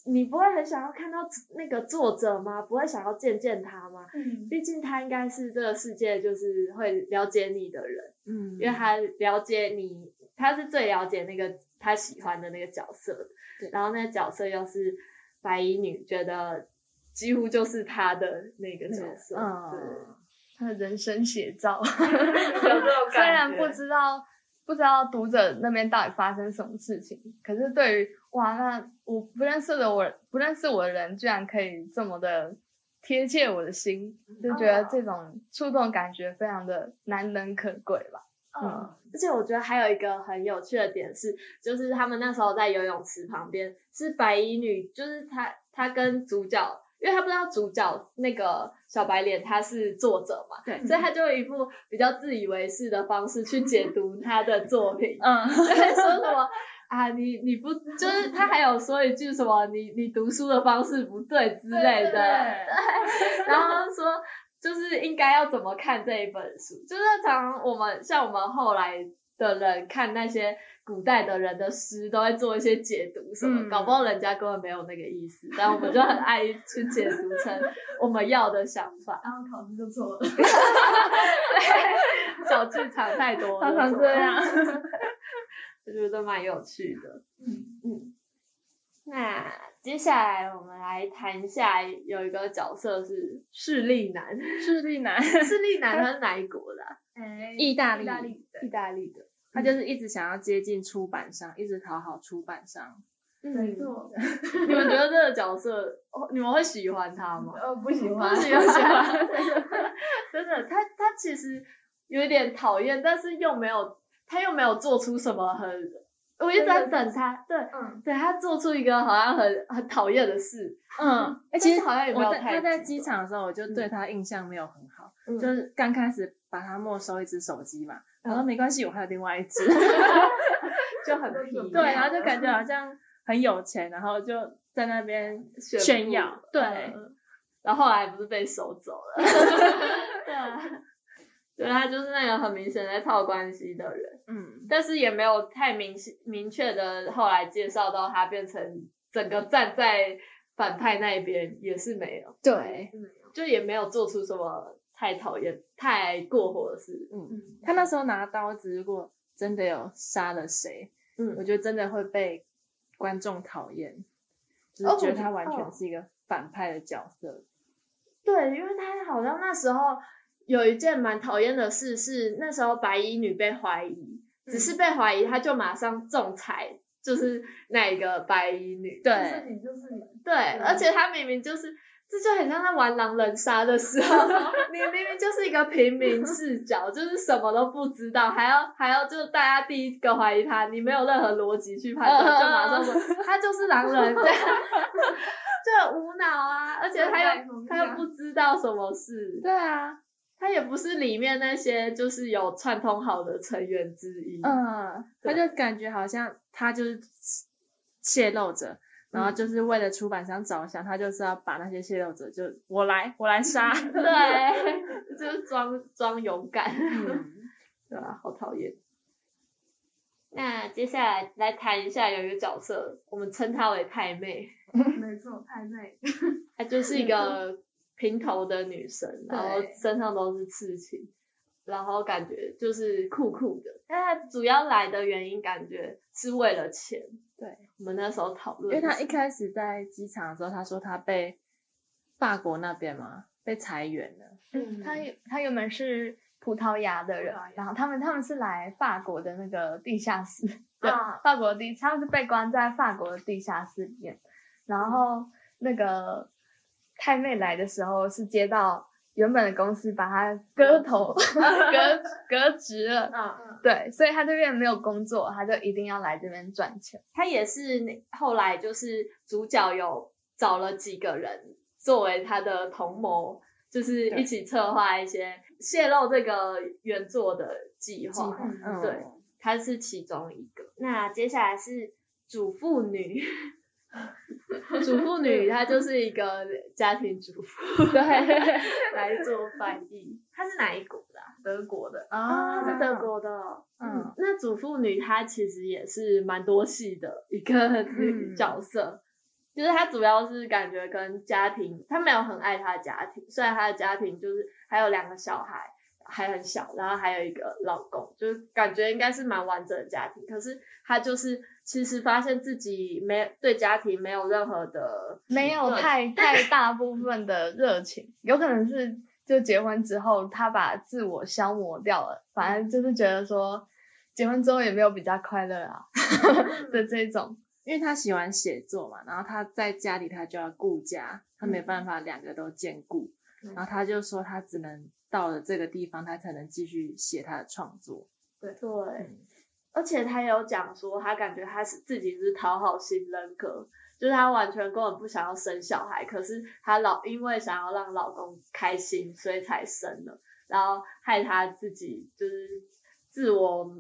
[SPEAKER 2] 你不会很想要看到那个作者吗？不会想要见见他吗？
[SPEAKER 1] 嗯，
[SPEAKER 2] 毕竟他应该是这个世界就是会了解你的人，
[SPEAKER 4] 嗯，
[SPEAKER 2] 因 为他了解你，他是最了解那个他喜欢的那个角色的
[SPEAKER 4] 对
[SPEAKER 2] 然后那个角色又是白衣女，觉得几乎就是他的那个角色。
[SPEAKER 4] 嗯
[SPEAKER 2] 对，
[SPEAKER 3] 他的人生写 照。
[SPEAKER 2] 有这种
[SPEAKER 3] 虽然不知道不知道读者那边到底发生什么事情，可是对于哇，那我不认识的我不认识我的人，居然可以这么的贴切我的心，
[SPEAKER 1] 嗯
[SPEAKER 3] 就觉得这种触动感觉非常的难能可贵吧。
[SPEAKER 1] 嗯，
[SPEAKER 2] 而且我觉得还有一个很有趣的点是，就是他们那时候在游泳池旁边，是白衣女，就是她，她跟主角，因为她不知道主角那个小白脸她是作者嘛，
[SPEAKER 4] 对，
[SPEAKER 2] 所以她就用一副比较自以为是的方式去解读他的作品
[SPEAKER 4] 嗯，
[SPEAKER 2] 就是说什么。啊，你你不就是他还有说一句什么，你你读书的方式不对之类的，然后说就是应该要怎么看这一本书，就是常常我们像我们后来的人看那些古代的人的诗，都会做一些解读什么，
[SPEAKER 4] 嗯
[SPEAKER 2] 搞不好人家根本没有那个意思，但我们就很爱去解读成我们要的想法。
[SPEAKER 1] 然后考试就错了。
[SPEAKER 2] 小剧场太多了，
[SPEAKER 4] 常常这样，
[SPEAKER 2] 我觉得蛮有趣的。
[SPEAKER 1] 嗯，
[SPEAKER 2] 那接下来我们来谈一下，有一个角色是势力男，
[SPEAKER 4] 智力男，
[SPEAKER 2] 势力男他是哪一国的啊、
[SPEAKER 1] 哎，
[SPEAKER 4] 意大利
[SPEAKER 1] 意大利，对
[SPEAKER 2] 意大利的。
[SPEAKER 4] 他就是一直想要接近出版商，一直讨好出版商。
[SPEAKER 1] 没
[SPEAKER 3] 嗯
[SPEAKER 1] 错，
[SPEAKER 2] 你们觉得这个角色，哦你们会喜欢他吗？
[SPEAKER 1] 呃，不喜
[SPEAKER 2] 不
[SPEAKER 1] 欢，
[SPEAKER 2] 喜 欢，真的，他他其实有点讨厌，但是又没有，他又没有做出什么很，我一直在等他，对，
[SPEAKER 1] 嗯，
[SPEAKER 2] 对他做出一个好像很很讨厌的事，
[SPEAKER 4] 嗯，哎，
[SPEAKER 2] 但
[SPEAKER 4] 其
[SPEAKER 2] 是
[SPEAKER 4] 实
[SPEAKER 2] 好像也没有
[SPEAKER 4] 我在
[SPEAKER 2] 太
[SPEAKER 4] 他在
[SPEAKER 2] 主
[SPEAKER 4] 机
[SPEAKER 2] 动
[SPEAKER 4] 场的时候，我就对他印象没有很好，
[SPEAKER 2] 嗯
[SPEAKER 4] 就是刚开始把他没收一只手机嘛，然后没关系，我还有另外 一只。
[SPEAKER 2] 就很皮，
[SPEAKER 4] 对，然后就感 觉好像很有钱，然后就在那边炫耀。对，
[SPEAKER 2] 嗯然后后来不是被收走 了，啊对，对他就是那个很明显在套关系的人。
[SPEAKER 4] 嗯，
[SPEAKER 2] 但是也没有太明晰明确的后来介绍到他变成整个站在反派那一边，也是没有，
[SPEAKER 4] 对，
[SPEAKER 2] 就也没有做出什么太讨厌、太过火的事。
[SPEAKER 4] 嗯，他那时候拿刀子，如果真的有杀了谁，我
[SPEAKER 2] 嗯，
[SPEAKER 4] 觉得真的会被观众讨厌，就
[SPEAKER 2] 哦
[SPEAKER 4] 是
[SPEAKER 2] 我
[SPEAKER 4] 觉得
[SPEAKER 2] 觉
[SPEAKER 4] 他完
[SPEAKER 2] 哦
[SPEAKER 4] 全是一个反派的角色。
[SPEAKER 2] 对，因为他好像那时候有一件蛮讨厌的事，是那时候白衣女被怀疑，只是被怀疑，他就马上仲裁，就是那一个白衣女。
[SPEAKER 4] 对，
[SPEAKER 1] 就是你就是 你，
[SPEAKER 2] 对，而且他明明就是，这就很像在玩狼人杀的时候， 你明明就是一个平民视角，就是什么都不知道，还要还要就大家第一个怀疑他，你没有任何逻辑去判断，
[SPEAKER 4] 嗯
[SPEAKER 2] 就马上说他就是狼 人，这
[SPEAKER 4] 啊
[SPEAKER 2] 样就很无脑啊，而且他又他又不知道什么事，
[SPEAKER 4] 对啊，
[SPEAKER 2] 他也不是里面那些就是有串通好的成员之一，
[SPEAKER 4] 嗯，他就感觉好像他就是泄露者。然
[SPEAKER 2] 嗯
[SPEAKER 4] 后就是为了出版商着想，他就是要把那些泄露者就我来我来杀，
[SPEAKER 2] 对， 就是装装勇敢。
[SPEAKER 4] 嗯
[SPEAKER 2] 对啊，好讨厌。那接下来来谈一下有一个角色，我们称她为太妹，
[SPEAKER 1] 没错，太累，
[SPEAKER 2] 她就是一个平头的女生，然后
[SPEAKER 1] 对
[SPEAKER 2] 身上都是刺青，然后感觉就是酷酷的。但她主要来的原因，感觉是为了钱。
[SPEAKER 4] 对，
[SPEAKER 2] 我们那时候讨
[SPEAKER 4] 因
[SPEAKER 2] 论的
[SPEAKER 4] 为
[SPEAKER 2] 时候，
[SPEAKER 4] 他一开始在机场的时候，他说他被法国那边嘛被裁员了，
[SPEAKER 1] 嗯
[SPEAKER 3] 他他原本是葡萄牙的人
[SPEAKER 1] 葡萄牙，
[SPEAKER 3] 然后他们他们是来法国的那个地下 室，对，
[SPEAKER 1] 啊
[SPEAKER 3] 法国地，他们是被关在法国的地下室里面。然后那个太妹来的时候，是接到原本的公司把她割头 革革职了，
[SPEAKER 2] 嗯，
[SPEAKER 3] 对，所以她这边没有工作，她就一定要来这边赚钱。
[SPEAKER 2] 她也是那后来就是主角有找了几个人作为他的同谋，就是
[SPEAKER 4] 对
[SPEAKER 2] 一起策划一些泄露这个原作的计
[SPEAKER 4] 计划
[SPEAKER 2] 划。
[SPEAKER 1] 嗯
[SPEAKER 4] 嗯，
[SPEAKER 2] 对，他是其中一个。那接下来是主妇女。 主妇女她就是一个家庭主妇，对， 来做翻 译。她是哪一国的、啊？德国的
[SPEAKER 4] 啊
[SPEAKER 2] 是德国的哦。
[SPEAKER 4] 嗯，
[SPEAKER 2] 那主妇女她其实也是蛮多戏的一个 角色，就是她主要是感觉跟家庭，她没有很爱她的家庭，虽然她的家庭就是还有两个小孩还很小，然后还有一个老公，就是感觉应该是蛮完整的家庭，可是她就是其实发现自己没对家庭没有任何的
[SPEAKER 3] 没有太太 大部分的热情，有可能是就结婚之后，他把自我消磨掉了，反正就是觉得说，结婚之后也没有比较快乐 啊的这种。
[SPEAKER 4] 因为他喜欢写作嘛，然后他在家里他就要顾家，他没办法两个都兼顾，
[SPEAKER 2] 嗯
[SPEAKER 4] 然后他就说他只能到了这个地方，他才能继续写他的创
[SPEAKER 2] 嗯
[SPEAKER 4] 作。
[SPEAKER 2] 对，而且他有讲说，他感觉他是自己是讨好型人格，就是他完全根本不想要生小孩，可是他老因为想要让老公开心，所以才生了，然后害他自己就是自我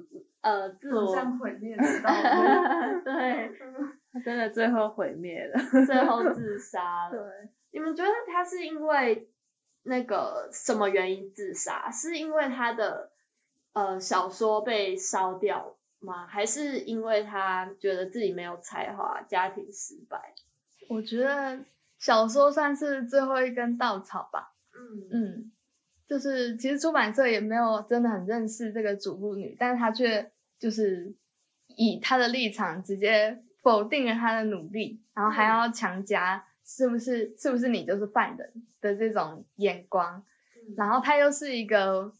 [SPEAKER 2] 呃自我
[SPEAKER 1] 毁灭的道路。
[SPEAKER 2] 对
[SPEAKER 4] 他真的最后毁灭了。
[SPEAKER 2] 最后自杀了。
[SPEAKER 4] 对，
[SPEAKER 2] 你们觉得他是因为那个什么原因自杀？是因为他的呃小说被烧掉吗？还是因为他觉得自己没有才华，家庭失败？
[SPEAKER 3] 我觉得小说算是最后一根稻草吧。
[SPEAKER 2] 嗯
[SPEAKER 3] 嗯，就是其实出版社也没有真的很认识这个主妇女，但是她却就是以她的立场直接否定了她的努力，然后还要强加是不是是不是你就是犯人的这种眼光，然后她又是一个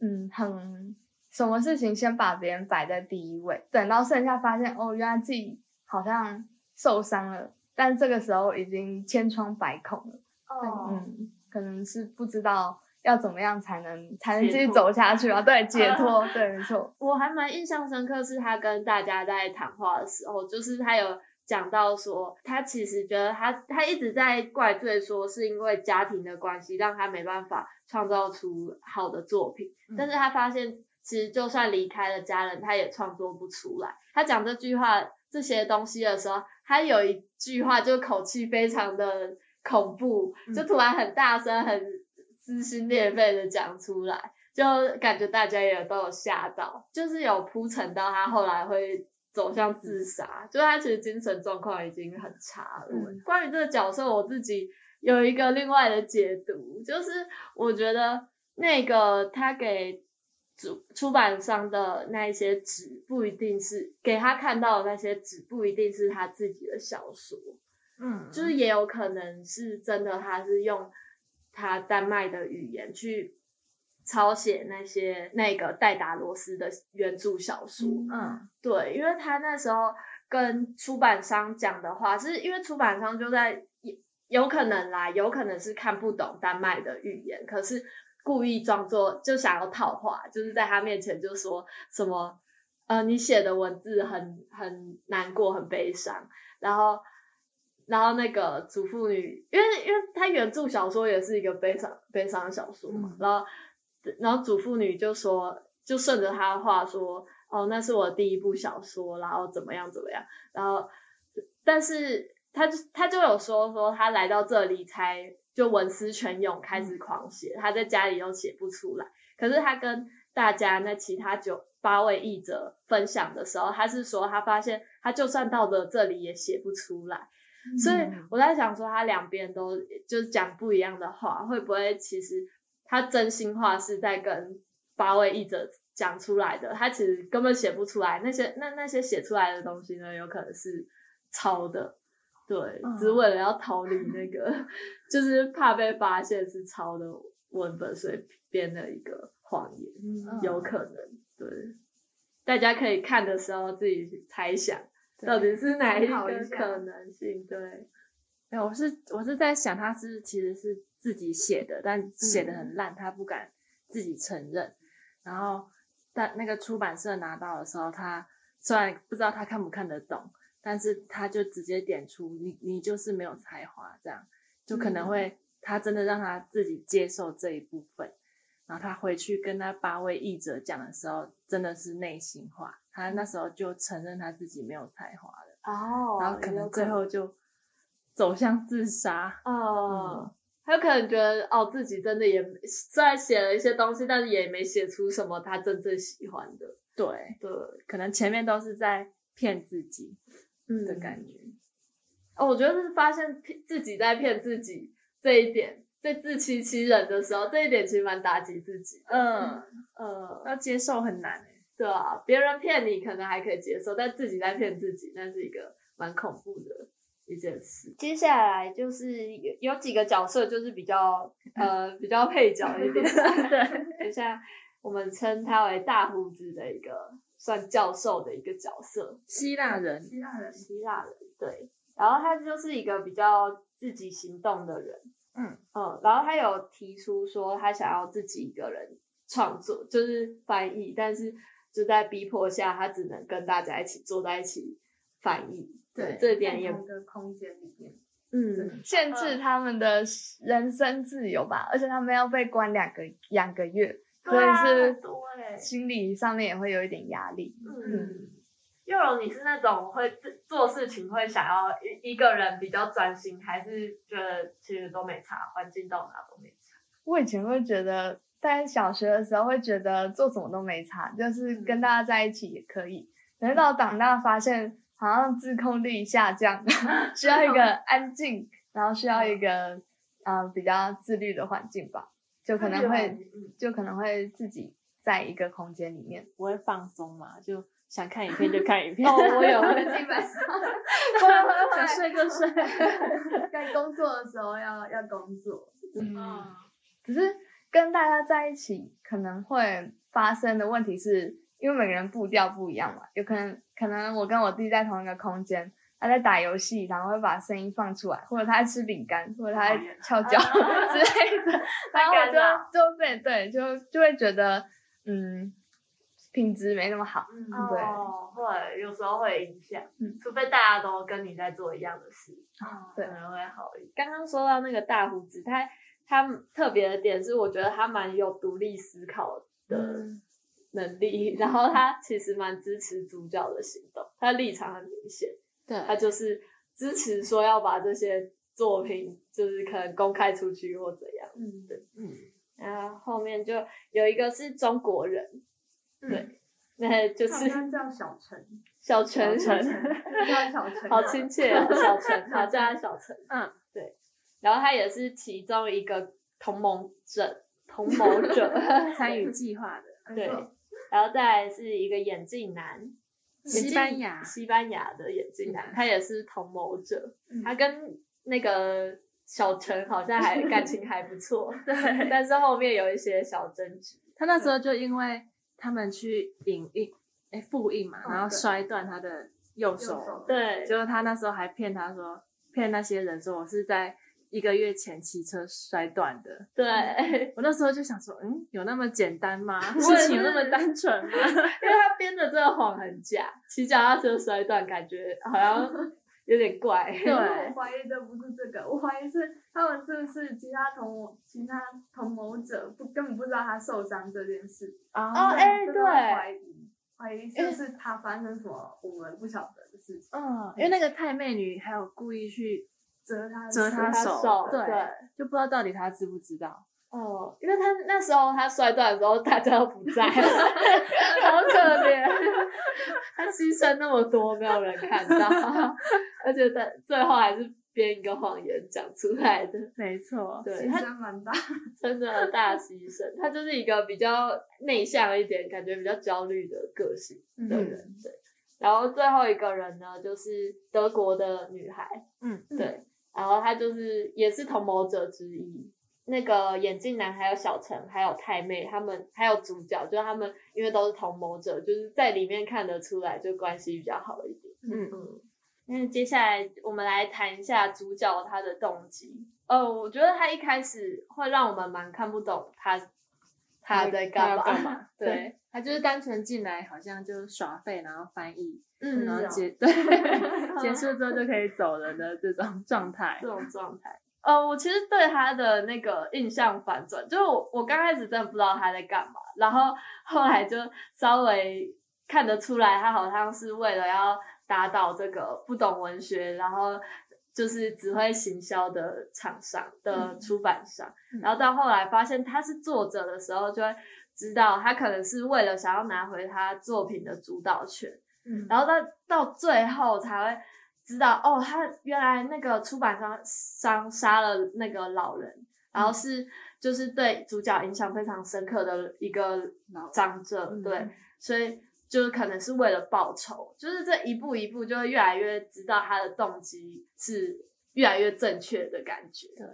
[SPEAKER 3] 嗯很什么事情先把别人摆在第一位，等到剩下发现哦原来自己好像受伤了，但这个时候已经千疮百孔了。
[SPEAKER 2] 哦，
[SPEAKER 3] 嗯，可能是不知道要怎么样才能才能
[SPEAKER 2] 解
[SPEAKER 3] 继续
[SPEAKER 2] 脱
[SPEAKER 3] 走下去啊，对，解脱，对，没错，
[SPEAKER 2] 我还蛮印象深刻，是他跟大家在谈话的时候，就是他有讲到说，他其实觉得他他一直在怪罪说，是因为家庭的关系让他没办法创造出好的作品，
[SPEAKER 4] 嗯
[SPEAKER 2] 但是他发现其实就算离开了家人，他也创作不出来。他讲这句话这些东西的时候，他有一句话就口气非常的恐怖，就突然很大声、很撕心裂肺的讲出来。就感觉大家也都有吓到，就是有铺陈到他后来会走向自杀，就他其实精神状况已经很差了。
[SPEAKER 4] 嗯
[SPEAKER 2] 关于这个角色，我自己有一个另外的解读，就是我觉得那个他给出出版商的那一些纸，不一定是给他看到的那些纸，不一定是他自己的小说。
[SPEAKER 4] 嗯，
[SPEAKER 2] 就是也有可能是真的，他是用他丹麦的语言去抄写那些那个戴达罗斯的原著小说。
[SPEAKER 4] 嗯
[SPEAKER 2] 对，因为他那时候跟出版商讲的话，是因为出版商就在也有可能啦，有可能是看不懂丹麦的语言，可是故意装作就想要套话，就是在他面前就说什么呃，你写的文字很很难过，很悲伤，然后。然后那个祖父女，因为因为她原著小说也是一个悲伤悲伤的小说嘛，
[SPEAKER 4] 嗯
[SPEAKER 2] 然后然后祖父女就说，就顺着她的话说，哦，那是我第一部小说，然后怎么样怎么样，然后但是他就他就有说说他来到这里才就文思泉涌开始狂写，他在家里又写不出来，可是他跟大家那其他九八位译者分享的时候，他是说他发现他就算到了这里也写不出来。所以我在想说，他两边都就是讲不一样的话，会不会其实他真心话是在跟八位译者讲出来的？他其实根本写不出来，那些那那些写出来的东西呢，有可能是抄的，对，
[SPEAKER 4] 嗯
[SPEAKER 2] 只为了要逃离那个， 就是怕被发现是抄的文本，所以编的一个谎言，
[SPEAKER 4] 嗯
[SPEAKER 2] 有可能对。大家可以看的时候自己去猜想，
[SPEAKER 4] 对
[SPEAKER 2] 到底是哪一
[SPEAKER 1] 思考一
[SPEAKER 2] 个
[SPEAKER 1] 下
[SPEAKER 2] 可能性？对，
[SPEAKER 4] 没有，我是我是在想，他是其实是自己写的，但写的很烂，他不敢自己承认。然后，但那个出版社拿到的时候，他虽然不知道他看不看得懂，但是他就直接点出你你就是没有才华，这样就可能会、他真的让他自己接受这一部分。然后他回去跟那八位译嗯者讲的时候，真的是内心话，他那时候就承认他自己没有才华了。
[SPEAKER 2] 哦，
[SPEAKER 4] 然后可
[SPEAKER 2] 也
[SPEAKER 4] 能
[SPEAKER 2] 有
[SPEAKER 4] 最后就走向自杀。嗯
[SPEAKER 2] 哦，他有可能觉得哦，自己真的也虽然写了一些东西，但是也没写出什么他真正喜欢的。
[SPEAKER 4] 对，
[SPEAKER 2] 对，
[SPEAKER 4] 可能前面都是在骗自己
[SPEAKER 2] 嗯
[SPEAKER 4] 的感觉。
[SPEAKER 2] 哦，我觉得是发现骗自己在骗自己这一点，在自欺欺人的时候，这一点其实蛮打击自己。
[SPEAKER 4] 嗯，
[SPEAKER 2] 呃，
[SPEAKER 4] 要接受很难、欸。
[SPEAKER 2] 对啊，别人骗你可能还可以接受，但自己在骗自己，那是一个蛮恐怖的一件事。接下来就是有有几个角色就是比较呃比较配角一 点，
[SPEAKER 4] 对，
[SPEAKER 2] 等一下我们称他为大胡子的一个算教授的一个角色。
[SPEAKER 4] 希腊人，
[SPEAKER 1] 希腊人
[SPEAKER 2] 希腊人，对。然后他就是一个比较自己行动的人，
[SPEAKER 4] 嗯
[SPEAKER 2] 嗯，然后他有提出说他想要自己一个人创作，就是翻译，但是就在逼迫下，他只能跟大家一起坐在一起翻译。
[SPEAKER 4] 对
[SPEAKER 2] 这点
[SPEAKER 1] 在
[SPEAKER 2] 也
[SPEAKER 1] 同一个空间里面，
[SPEAKER 2] 嗯，
[SPEAKER 3] 限制他们的人身自由吧，而且他们要被关两个两个月，所
[SPEAKER 2] 啊
[SPEAKER 3] 以是
[SPEAKER 1] 多嘞。
[SPEAKER 3] 心理上面也会有一点压力。
[SPEAKER 2] 欸嗯，佑荣，你是那种会自做事情会想要一一个人比较专心，还是觉得其实都没差，环境到哪都没差？
[SPEAKER 3] 我以前会觉得，在小学的时候会觉得做什么都没差，就是
[SPEAKER 1] 嗯
[SPEAKER 3] 跟大家在一起也可以。等到长大发现，好像自控力下降， 需要一个安静，然后需要
[SPEAKER 1] 嗯
[SPEAKER 3] 一个呃比较自律的环境吧，就可能会
[SPEAKER 2] 嗯
[SPEAKER 3] 就可能会自己在一个空间里面。
[SPEAKER 4] 不会放松嘛，就想看影片就看影 片，
[SPEAKER 2] 哦，我也 会。
[SPEAKER 1] 基本上
[SPEAKER 4] 想睡就睡。
[SPEAKER 1] 在工作的时候要要工作，
[SPEAKER 2] 嗯
[SPEAKER 3] 只是跟大家在一起可能会发生的问题是，因为每个人步调不一样嘛，有可能可能我跟我弟在同一个空间，他在打游戏，然后会把声音放出来，或者他在吃饼干，或者他
[SPEAKER 1] 哦
[SPEAKER 3] 在翘 脚之类的，然后
[SPEAKER 2] 干扰
[SPEAKER 3] 我就就被对就就会觉得嗯品质没那么好，
[SPEAKER 1] 嗯
[SPEAKER 3] 对
[SPEAKER 2] 哦，会有时候会影响，
[SPEAKER 3] 嗯
[SPEAKER 2] 除非大家都跟你在做一样的事，
[SPEAKER 3] 对
[SPEAKER 2] 可能会好一点。 刚刚说到那个大胡子，他他特别的点是，我觉得他蛮有独立思考的能力，然后他其实蛮支持主角的行动，他立场很明显，他
[SPEAKER 4] 对，
[SPEAKER 2] 就是支持说要把这些作品就是可能公开出去或怎样。
[SPEAKER 1] 嗯对，
[SPEAKER 2] 然后后面就有一个是中国人，对，那就
[SPEAKER 1] 好
[SPEAKER 2] 是
[SPEAKER 1] 像叫小 陈，
[SPEAKER 2] 小陈
[SPEAKER 4] 小
[SPEAKER 2] 人。
[SPEAKER 1] 叫小
[SPEAKER 3] 啊
[SPEAKER 1] 陈，啊
[SPEAKER 2] 好亲切哦，小陈，好叫他小陈。
[SPEAKER 4] 嗯，
[SPEAKER 2] 对。然后他也是其中一个同盟者，同谋者。
[SPEAKER 4] 参与计划的
[SPEAKER 1] 没
[SPEAKER 2] 对
[SPEAKER 1] 错，
[SPEAKER 2] 然后再来是一个眼镜男，眼
[SPEAKER 4] 西
[SPEAKER 2] 镜
[SPEAKER 4] 班牙，
[SPEAKER 2] 西班牙的眼镜男，他也是同谋者。
[SPEAKER 1] 嗯
[SPEAKER 2] 他跟那个小陈好像还感情还不错，对。但是后面有一些小争执。
[SPEAKER 4] 他那时候就因为他们去影印，哎，复印嘛，
[SPEAKER 1] 哦
[SPEAKER 4] 然后
[SPEAKER 1] 对
[SPEAKER 4] 摔断他的右
[SPEAKER 1] 右
[SPEAKER 4] 手，
[SPEAKER 1] 手，
[SPEAKER 2] 对，
[SPEAKER 4] 结果他那时候还骗他说，骗那些人说我是在一个月前骑车摔断的。
[SPEAKER 2] 对，
[SPEAKER 4] 我那时候就想说，嗯，有那么简单吗？
[SPEAKER 2] 也
[SPEAKER 4] 事情有那
[SPEAKER 2] 是
[SPEAKER 4] 么单纯吗？
[SPEAKER 2] 因为他编的这个谎很假，骑脚踏车摔断，感觉好像有点怪。
[SPEAKER 1] 可是
[SPEAKER 4] 对
[SPEAKER 1] 我怀疑的不是这个，我怀疑是他们是不是其他同谋其他同谋者不根本不知道他受伤这件事。
[SPEAKER 2] 哦
[SPEAKER 4] 啊
[SPEAKER 2] 哎
[SPEAKER 1] 这个
[SPEAKER 2] 对
[SPEAKER 1] 会怀疑怀疑是不是他发生什么我们不晓得的事情，
[SPEAKER 4] 嗯，因为那个太妹女还有故意去，
[SPEAKER 1] 折
[SPEAKER 3] 嗯
[SPEAKER 1] 他的
[SPEAKER 4] 折
[SPEAKER 1] 手
[SPEAKER 4] 他
[SPEAKER 2] 他
[SPEAKER 4] 手
[SPEAKER 2] 手
[SPEAKER 4] 对
[SPEAKER 2] 对
[SPEAKER 4] 就不知道到底她知不知道。
[SPEAKER 2] 哦，因为他那时候他摔断的时候，大家都不在，好可怜，他牺牲那么多，没有人看到， 而且他最后还是编一个谎言讲出来的，
[SPEAKER 4] 没错，
[SPEAKER 2] 对
[SPEAKER 1] 其
[SPEAKER 2] 他
[SPEAKER 1] 实 蛮大，
[SPEAKER 2] 真的大牺牲，他就是一个比较内向一点，感觉比较焦虑的个性的
[SPEAKER 4] 嗯
[SPEAKER 2] 人，对。然后最后一个人呢，就是德国的女孩，
[SPEAKER 4] 嗯，
[SPEAKER 2] 对，然后他就是也是同谋者之一。那个眼镜男还有小陈还有太妹，他们还有主角，就是他们因为都是同谋者，就是在里面看得出来，就关系比较好一点。
[SPEAKER 4] 嗯
[SPEAKER 2] 嗯。那接下来我们来谈一下主角他的动机。呃，我觉得他一开始会让我们蛮看不懂他他在干
[SPEAKER 4] 要
[SPEAKER 2] 嘛。
[SPEAKER 4] 干嘛？
[SPEAKER 2] 对
[SPEAKER 4] 对，她就是单纯进来，好像就耍废，然后翻译，
[SPEAKER 2] 嗯
[SPEAKER 4] 然后
[SPEAKER 1] 是 哦
[SPEAKER 4] 结对结束之后就可以走人的这 种状态
[SPEAKER 2] 这。种状态。呃，我其实对他的那个印象反转，就是我我刚开始真的不知道他在干嘛，然后后来就稍微看得出来，他好像是为了要打倒这个不懂文学，然后就是只会行销的厂商的出版商。
[SPEAKER 4] 嗯
[SPEAKER 2] 然后到后来发现他是作者的时候，就会知道他可能是为了想要拿回他作品的主导权，
[SPEAKER 3] 嗯
[SPEAKER 2] 然后到到最后才会知道，哦，他原来那个出版商商杀了那个老人，然后是、就是对主角影响非常深刻的一个
[SPEAKER 4] 老
[SPEAKER 2] 长者，
[SPEAKER 4] 嗯
[SPEAKER 2] 对，所以就是可能是为了报仇，就是这一步一步就会越来越知道他的动机是越来越正确的感觉，
[SPEAKER 4] 对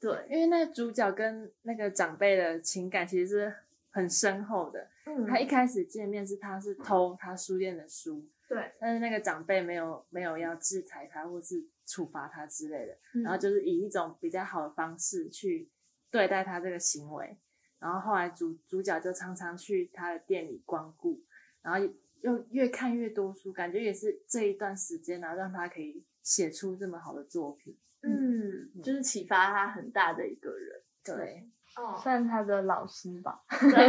[SPEAKER 2] 对，
[SPEAKER 4] 因为那个主角跟那个长辈的情感其实是很深厚的。
[SPEAKER 2] 嗯
[SPEAKER 4] 他一开始见面是他是偷他书店的书，
[SPEAKER 1] 对，
[SPEAKER 4] 但是那个长辈没有没有要制裁他或是处罚他之类的，
[SPEAKER 2] 嗯
[SPEAKER 4] 然后就是以一种比较好的方式去对待他这个行为。然后后来主主角就常常去他的店里光顾，然后又越看越多书，感觉也是这一段时间，然后让他可以写出这么好的作品。
[SPEAKER 2] 嗯，就是启发他很大的一个人，
[SPEAKER 4] 对，
[SPEAKER 1] 哦，
[SPEAKER 3] 算他的老师吧。
[SPEAKER 2] 对，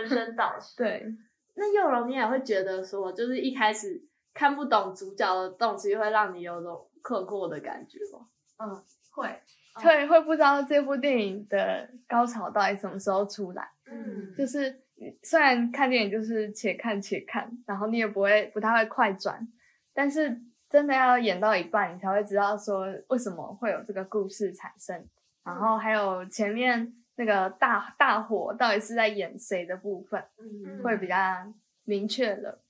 [SPEAKER 2] 人生导师。
[SPEAKER 3] 对，
[SPEAKER 2] 那幼龙，你也会觉得说，就是一开始看不懂主角的动机，会让你有种困惑的感觉吗？
[SPEAKER 1] 嗯，会，
[SPEAKER 3] 会会不知道这部电影的高潮到底什么时候出来。
[SPEAKER 1] 嗯，
[SPEAKER 3] 就是虽然看电影就是且看且看，然后你也不会不太会快转，但是真的要演到一半，你才会知道说为什么会有这个故事产生，然
[SPEAKER 1] 嗯
[SPEAKER 3] 后还有前面那个大大火到底是在演谁的部分，
[SPEAKER 1] 嗯
[SPEAKER 3] 会比较明确了。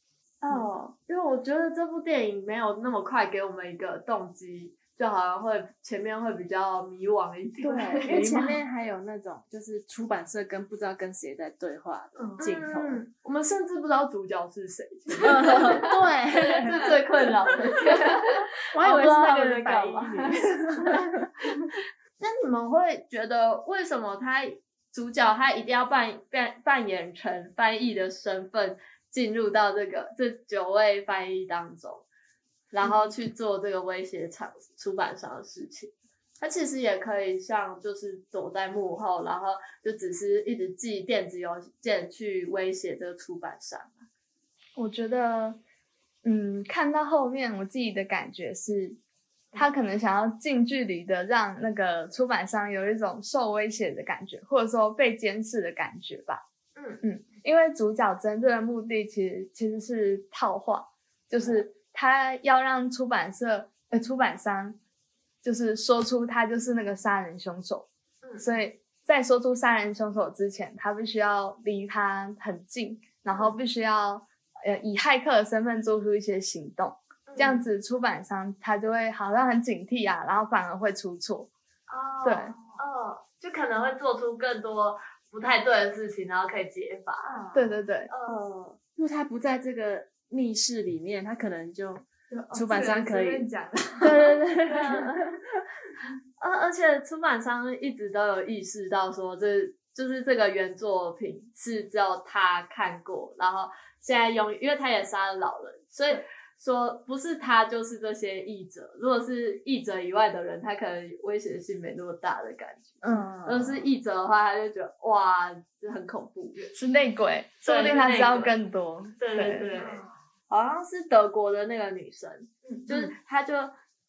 [SPEAKER 2] 哦，因为我觉得这部电影没有那么快给我们一个动机，就好像会前面会比较迷惘一点。
[SPEAKER 4] 对，因为前面还有那种就是出版社跟不知道跟谁在对话
[SPEAKER 1] 嗯
[SPEAKER 4] 的镜头，
[SPEAKER 2] 嗯我们甚至不知道主角是谁， 这
[SPEAKER 4] 对，
[SPEAKER 2] 是最困扰的。
[SPEAKER 4] 我还以为是那个
[SPEAKER 2] 人
[SPEAKER 4] 人
[SPEAKER 2] 干
[SPEAKER 4] 干
[SPEAKER 2] 嘛
[SPEAKER 4] 嘛。
[SPEAKER 2] 那你们会觉得为什么他主角他一定要扮扮扮演成翻译的身份进入到这个这九位翻译当中，然后去做这个威胁厂出版商的事情？他其实也可以像就是躲在幕后，然后就只是一直寄电子邮件去威胁这个出版商。
[SPEAKER 3] 我觉得，嗯，看到后面我自己的感觉是，他可能想要近距离的让那个出版商有一种受威胁的感觉，或者说被监视的感觉吧。
[SPEAKER 1] 嗯
[SPEAKER 3] 嗯，因为主角真正的目的其实其实是套话，
[SPEAKER 1] 嗯
[SPEAKER 3] 就是他要让出版社呃出版商就是说出他就是那个杀人凶手，
[SPEAKER 1] 嗯
[SPEAKER 3] 所以在说出杀人凶手之前，他必须要离他很近，然后必须要呃以骇客的身份做出一些行动，这
[SPEAKER 1] 嗯
[SPEAKER 3] 样子出版商他就会好像很警惕啊，然后反而会出错。
[SPEAKER 2] 哦
[SPEAKER 3] 对
[SPEAKER 2] 哦，就可能会做出更多不太对的事情，然后可以解法。嗯
[SPEAKER 1] 啊，
[SPEAKER 3] 嗯对对对，
[SPEAKER 4] 呃， 如果他不在这个密室里面，他可能就
[SPEAKER 1] 就哦
[SPEAKER 4] 出版商
[SPEAKER 1] 这个
[SPEAKER 4] 可
[SPEAKER 1] 人
[SPEAKER 4] 以
[SPEAKER 1] 随便讲，
[SPEAKER 4] 对对对，
[SPEAKER 2] 而而且出版商一直都有意识到说这，就是这个原作品是只有他看过，然后现在用，因为他也杀了老人，所以说不是他就是这些译者。如果是译者以外的人，他可能威胁性没那么大的感觉。
[SPEAKER 4] 嗯
[SPEAKER 2] 如果是译者的话，他就觉得哇，这很恐怖。
[SPEAKER 3] 是内 鬼，说不定他知道更多。
[SPEAKER 2] 对
[SPEAKER 3] 对
[SPEAKER 2] 对，好像是德国的那个女生，
[SPEAKER 1] 嗯
[SPEAKER 2] 就是她就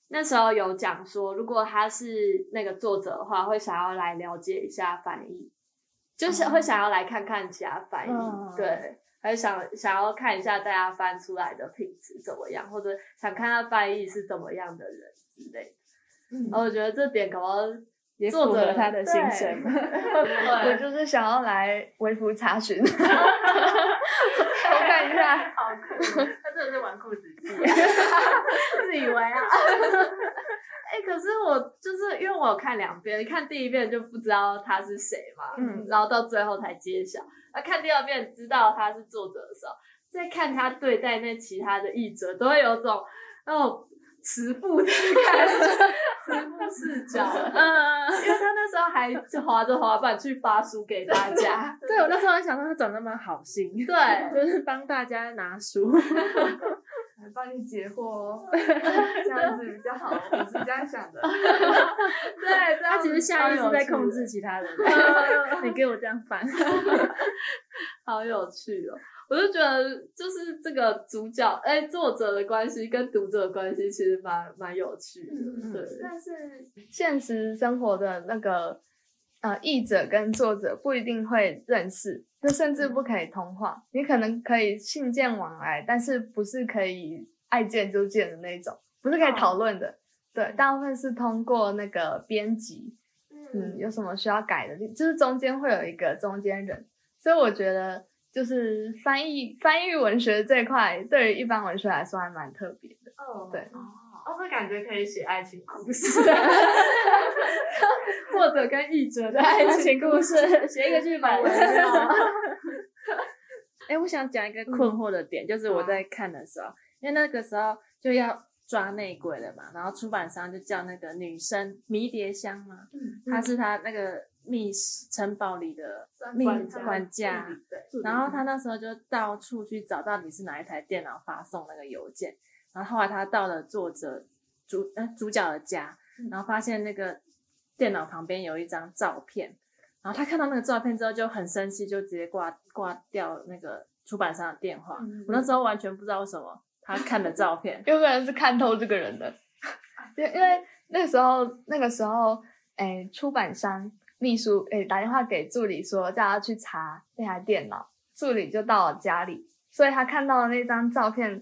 [SPEAKER 2] 那时候有讲说，如果她是那个作者的话，会想要来了解一下翻译，就是会想要来看看其他翻译，
[SPEAKER 4] 嗯
[SPEAKER 2] 对，还想想要看一下大家翻出来的品质怎么样，或者想看他翻译是怎么样的人之类的。
[SPEAKER 4] 嗯
[SPEAKER 2] 然后我觉得这点搞不好
[SPEAKER 4] 也符
[SPEAKER 2] 作者
[SPEAKER 4] 合他的心声。
[SPEAKER 2] 对会不
[SPEAKER 3] 我
[SPEAKER 2] 会？
[SPEAKER 3] 就是想要来微服查询， 我看一下。
[SPEAKER 1] 好酷，他真的是纨绔子弟，
[SPEAKER 4] 啊
[SPEAKER 2] 自以为啊。哎、可是我就是因为我有看两遍，看第一遍就不知道他是谁嘛，
[SPEAKER 4] 嗯
[SPEAKER 2] 然后到最后才揭晓。那看第二遍知道他是作者的时候，再看他对待那其他的译者，都会有种那种慈父的感觉，慈父视角。嗯，因为他那时候还就滑着滑板去发书给大家，
[SPEAKER 4] 对我那时候还想说他长那么好心，
[SPEAKER 2] 对。
[SPEAKER 4] 就是帮大家拿书。
[SPEAKER 1] 来帮你解惑 哦，这样子比较好，我是这样想的。
[SPEAKER 2] 对，
[SPEAKER 4] 他其实下意识在控
[SPEAKER 2] 制。
[SPEAKER 4] 制其他人。你给我这样翻，
[SPEAKER 2] 好有趣哦！我就觉得就是这个主角哎、作者的关系跟读者的关系其实蛮蛮有趣的，
[SPEAKER 1] 嗯
[SPEAKER 2] 对。
[SPEAKER 1] 但是
[SPEAKER 3] 现实生活的那个呃译者跟作者不一定会认识，就甚至不可以通话。你可能可以信件往来，但是不是可以爱见就见的那种，不是可以讨论的。对，大部分是通过那个编辑，嗯，
[SPEAKER 1] 嗯，
[SPEAKER 3] 有什么需要改的地，就是中间会有一个中间人，所以我觉得就是翻译翻译文学这一块，对于一般文学来说还蛮特别的。
[SPEAKER 1] 哦
[SPEAKER 3] 对，
[SPEAKER 5] 哦，这感觉可以写爱情故事。
[SPEAKER 2] 作者跟译者的爱情故事，写一个剧本。
[SPEAKER 5] 哦
[SPEAKER 4] 哎、我想讲一个困惑的点，就是我在看的时候，因为那个时候就要抓内鬼了嘛，然后出版商就叫那个女生迷迭香嘛，
[SPEAKER 1] 嗯
[SPEAKER 4] 她是她那个密室城堡里的
[SPEAKER 1] 算
[SPEAKER 4] 密
[SPEAKER 1] 管家
[SPEAKER 4] 管家，
[SPEAKER 1] 对，
[SPEAKER 4] 然后他那时候就到处去找到底是哪一台电脑发送那个邮件，然后后来他到了作者主呃主角的家，
[SPEAKER 2] 嗯
[SPEAKER 4] 然后发现那个电脑旁边有一张照片，然后他看到那个照片之后就很生气，就直接挂挂掉那个出版商的电话。
[SPEAKER 1] 嗯
[SPEAKER 4] 我那时候完全不知道为什么他看的照 片
[SPEAKER 3] 有个人是看透这个人的，因为因为那时候那个时候，哎，出版商秘书哎打电话给助理说叫他去查那台电脑，助理就到我家里，所以他看到的那张照片，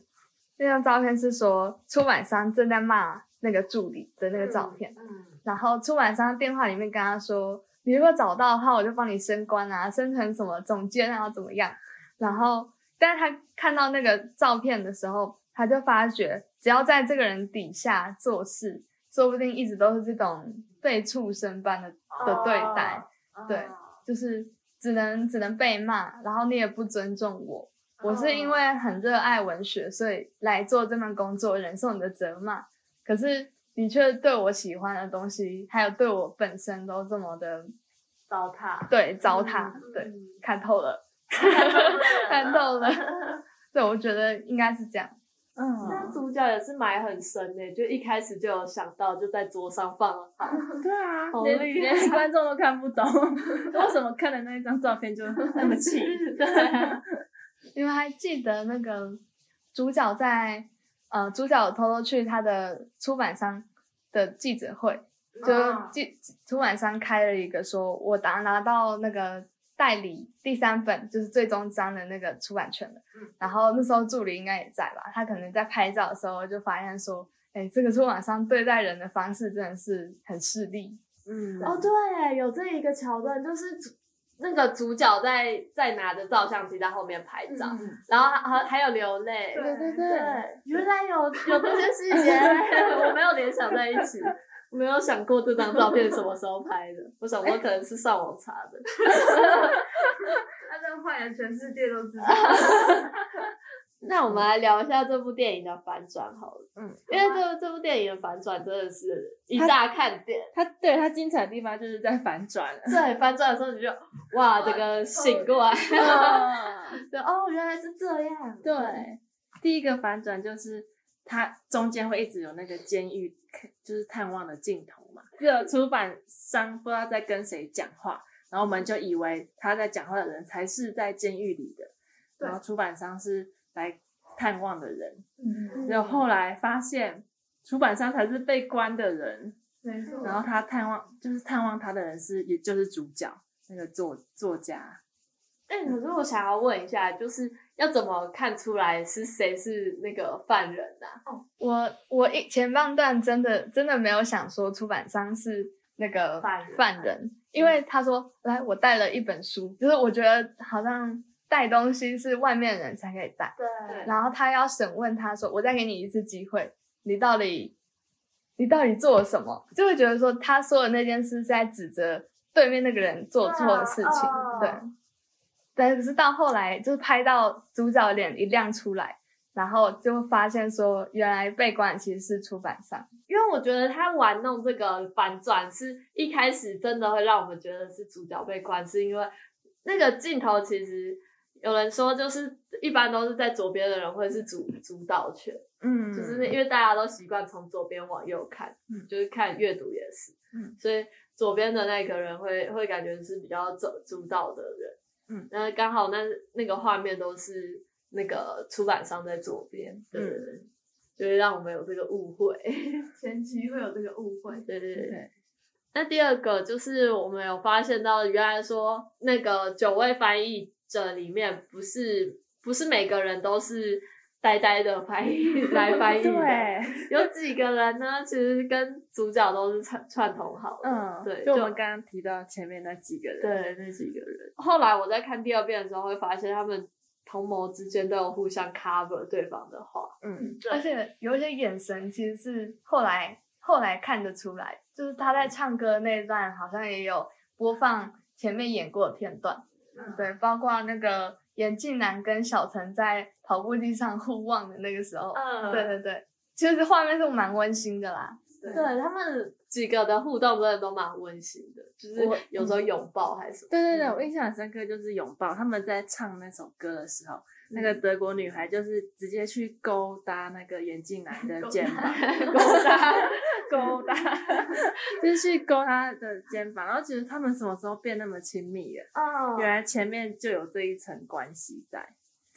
[SPEAKER 3] 那张照片是说出版商正在骂那个助理的那个照片，
[SPEAKER 5] 嗯，
[SPEAKER 3] 然后出版商电话里面跟他说，你如果找到的话，我就帮你升官啊，升成什么总监啊，怎么样？然后，但是他看到那个照片的时候，他就发觉，只要在这个人底下做事，说不定一直都是这种被畜生般的的对
[SPEAKER 2] 哦
[SPEAKER 4] 哦
[SPEAKER 3] 待，对
[SPEAKER 2] 嗯
[SPEAKER 3] 就是只能只能被骂，然后你也不尊重我。我是因为很热爱文学，所以来做这份工作，忍受你的责骂。可是你却对我喜欢的东西，还有对我本身都这么的
[SPEAKER 5] 糟蹋。
[SPEAKER 3] 对糟蹋，对，看透了，嗯 看透了。对，我觉得应该是这样。
[SPEAKER 2] 那
[SPEAKER 4] 嗯，
[SPEAKER 2] 主角也是埋很深呢、就一开始就有想到，就在桌上放了 好。
[SPEAKER 4] 对啊
[SPEAKER 2] 好
[SPEAKER 4] 连
[SPEAKER 2] 厉害
[SPEAKER 4] 连观众都看 不懂，为什么看了那一张照片就那么气？
[SPEAKER 2] 对啊，
[SPEAKER 3] 因为还记得那个主角在呃，主角有偷偷去他的出版商的记者会，
[SPEAKER 1] 啊
[SPEAKER 3] 就记出版商开了一个说，我拿拿到那个代理第三本，就是最终章的那个出版权了。
[SPEAKER 1] 嗯
[SPEAKER 3] 然后那时候助理应该也在吧，他可能在拍照的时候就发现说，哎，这个出版商对待人的方式真的是很势利。
[SPEAKER 4] 嗯
[SPEAKER 2] 哦，对，有这一个桥段，就是主那个主角在在拿着照相机在后面拍照，
[SPEAKER 4] 嗯
[SPEAKER 2] 然后还还有流泪。
[SPEAKER 1] 对对
[SPEAKER 2] 嗯对，原来有有这些细节， 我没有联想在一起。没有想过这张照片什么时候拍的，我想说可能是上网查的。啊
[SPEAKER 1] 他这坏人全世界都知道。
[SPEAKER 2] 那我们来聊一下这部电影的反转好了，
[SPEAKER 4] 嗯，
[SPEAKER 2] 因为这这部电影的反转真的是一大看点。。
[SPEAKER 4] 他对他精彩的地方就是在反转了
[SPEAKER 2] 对，翻转的时候你就哇，这个醒过来，就 哦，原来是这样。
[SPEAKER 4] 对，第一个反转就是它中间会一直有那个监狱看，就是探望的镜头嘛。这个出版商不知道在跟谁讲话，然后我们就以为他在讲话的人才是在监狱里的，
[SPEAKER 1] 对
[SPEAKER 4] 然后出版商是来探望的人，
[SPEAKER 3] 嗯，
[SPEAKER 4] 然后后来发现出版商才是被关的人，
[SPEAKER 1] 没错，
[SPEAKER 3] 嗯
[SPEAKER 4] 然后他探望就是探望他的人是也就是主角那个作作家。
[SPEAKER 2] 哎、可是我想要问一下，就是要怎么看出来是谁是那个犯人啊？
[SPEAKER 3] 我我一前半段真的真的没有想说出版商是那个
[SPEAKER 5] 犯人啊嗯
[SPEAKER 3] 犯人，因为他说来我带了一本书，就是我觉得好像带东西是外面人才可以带，
[SPEAKER 5] 对，
[SPEAKER 3] 然后他要审问他说我再给你一次机会，你到底你到底做了什么？就会觉得说他说的那件事是在指责对面那个人做错的事情，
[SPEAKER 5] 哦
[SPEAKER 3] 对。但是到后来就是拍到主角脸一亮出来，然后就发现说原来被关其实是出版商，
[SPEAKER 2] 因为我觉得他玩弄这个反转，是一开始真的会让我们觉得是主角被关，是因为那个镜头其实有人说，就是一般都是在左边的人会是主主导权，
[SPEAKER 4] 嗯
[SPEAKER 2] 就是那因为大家都习惯从左边往右看，
[SPEAKER 4] 嗯
[SPEAKER 2] 就是看阅读也是，
[SPEAKER 4] 嗯
[SPEAKER 2] 所以左边的那个人会会感觉是比较主主导的人，
[SPEAKER 4] 嗯，
[SPEAKER 2] 那刚好那那个画面都是那个出版商在左边，
[SPEAKER 4] 嗯
[SPEAKER 2] 对对对，就会让我们有这个误会，
[SPEAKER 1] 前期会有这个误会，
[SPEAKER 2] 对对对。
[SPEAKER 4] 对
[SPEAKER 2] 那第二个就是我们有发现到，原来说那个九位翻译者里面，不是不是每个人都是呆呆的翻 译来翻译的，
[SPEAKER 4] 对，
[SPEAKER 2] 有几个人呢，其实跟主角都是串串通好的，
[SPEAKER 4] 嗯，
[SPEAKER 2] 对，
[SPEAKER 4] 就我们刚刚提到前面那几个人，
[SPEAKER 2] 对那几个人。后来我在看第二遍的时候，会发现他们同谋之间都有互相 cover 对方的话，
[SPEAKER 4] 嗯，
[SPEAKER 3] 而且有一些眼神其实是后来后来看得出来，就是他在唱歌那一段好像也有播放前面演过的片段，
[SPEAKER 1] 嗯
[SPEAKER 3] 对，包括那个严静南跟小陈在跑步机上互望的那个时候，
[SPEAKER 2] 嗯
[SPEAKER 3] 对对对，其实画面是蛮温馨的啦。
[SPEAKER 1] 对
[SPEAKER 2] 对他们几个的互动真的都蛮温馨的，就是
[SPEAKER 4] 我
[SPEAKER 2] 有时候拥抱还是什么。
[SPEAKER 4] 对对对，我印象很深刻就是拥抱，他们在唱那首歌的时候，那个德国女孩就是直接去勾搭那个眼镜男的肩膀， 勾搭勾搭，就是去勾他的肩膀，然后觉得他们什么时候变那么亲密了？
[SPEAKER 2] 哦
[SPEAKER 4] 原来前面就有这一层关系在，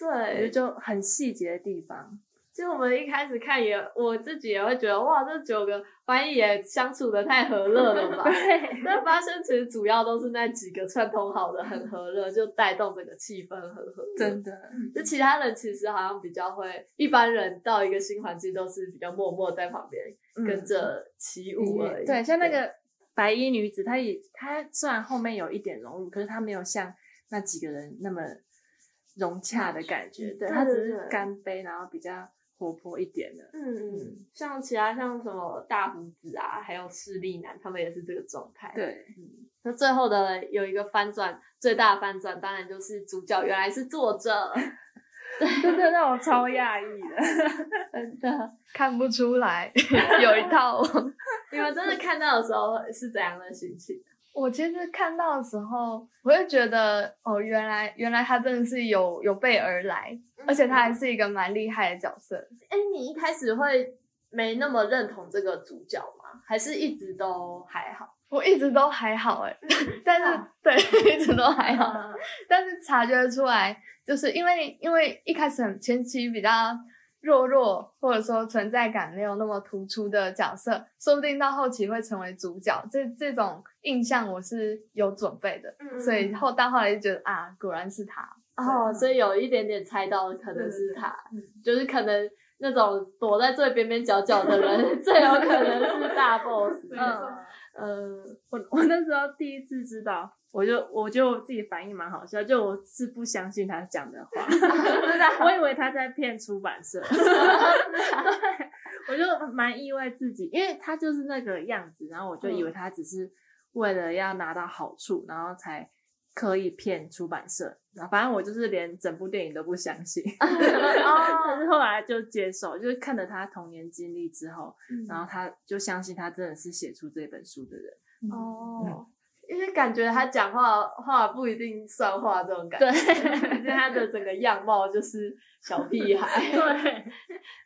[SPEAKER 4] 我觉得
[SPEAKER 2] 对，
[SPEAKER 4] 就很细节的地方，
[SPEAKER 2] 其实我们一开始看也，我自己也会觉得，哇，这九个翻译也相处的太和乐了吧？对。 但发现其实主要都是那几个串通好的很和乐，就带动整个气氛很和乐。
[SPEAKER 4] 真的，
[SPEAKER 2] 就其他人其实好像比较会，一般人到一个新环境都是比较默默在旁边、
[SPEAKER 4] 嗯
[SPEAKER 2] 跟着起舞而已。嗯
[SPEAKER 4] 对，像那个白衣女子，她也她虽然后面有一点融入，可是她没有像那几个人那么融洽的感觉，
[SPEAKER 2] 对
[SPEAKER 4] 对，她只
[SPEAKER 2] 对
[SPEAKER 4] 是
[SPEAKER 2] 对
[SPEAKER 4] 干杯，然后比较活泼一点的。
[SPEAKER 2] 嗯嗯，像其他像什么大胡子啊，还有势力男，他们也是这个状态。，
[SPEAKER 4] 对，
[SPEAKER 2] 那最后的有一个翻转，最大的翻转当然就是主角原来是作者，
[SPEAKER 4] 真的让我超讶异 的。
[SPEAKER 2] 真的。
[SPEAKER 3] 看不出来 有一套。
[SPEAKER 2] 你们真的看到的时候是怎样的心情？
[SPEAKER 3] 我其实看到的时候，我就觉得哦，原来原来他真的是有有备而来，而且他还是一个蛮厉害的角色。
[SPEAKER 2] 哎、你一开始会没那么认同这个主角吗？还是一直都还好？
[SPEAKER 3] 我一直都还好哎， 但是
[SPEAKER 1] 嗯
[SPEAKER 3] 对，一直都还好，
[SPEAKER 4] 嗯
[SPEAKER 3] 但是察觉得出来，就是因为因为一开始很前期比较弱弱，或者说存在感没有那么突出的角色，说不定到后期会成为主角。这这种印象我是有准备的，
[SPEAKER 2] 嗯
[SPEAKER 3] 所以后到后来就觉得啊，果然是他。
[SPEAKER 2] 哦，所以有一点点猜到可能是他，就是可能那种躲在最边边角角的人， 最有可能是大 boss。
[SPEAKER 1] 没
[SPEAKER 2] 嗯
[SPEAKER 1] 错，
[SPEAKER 2] 嗯，
[SPEAKER 4] 我 我那时候第一次知道，我就我觉得我自己反应蛮好笑，就我是不相信他讲的话，我以为他在骗出版社，对，我就蛮意外自己，因为他就是那个样子，然后我就以为他只是为了要拿到好处，然后才刻意骗出版社，然后反正我就是连整部电影都不相信，但
[SPEAKER 2] 哦，
[SPEAKER 4] 是后来就接受，就是看了他童年经历之后，然后他就相信他真的是写出这本书的人。
[SPEAKER 3] 嗯
[SPEAKER 2] 哦，因为感觉他讲话话不一定算话这种感觉，对，就他的整个样貌就是小屁孩，对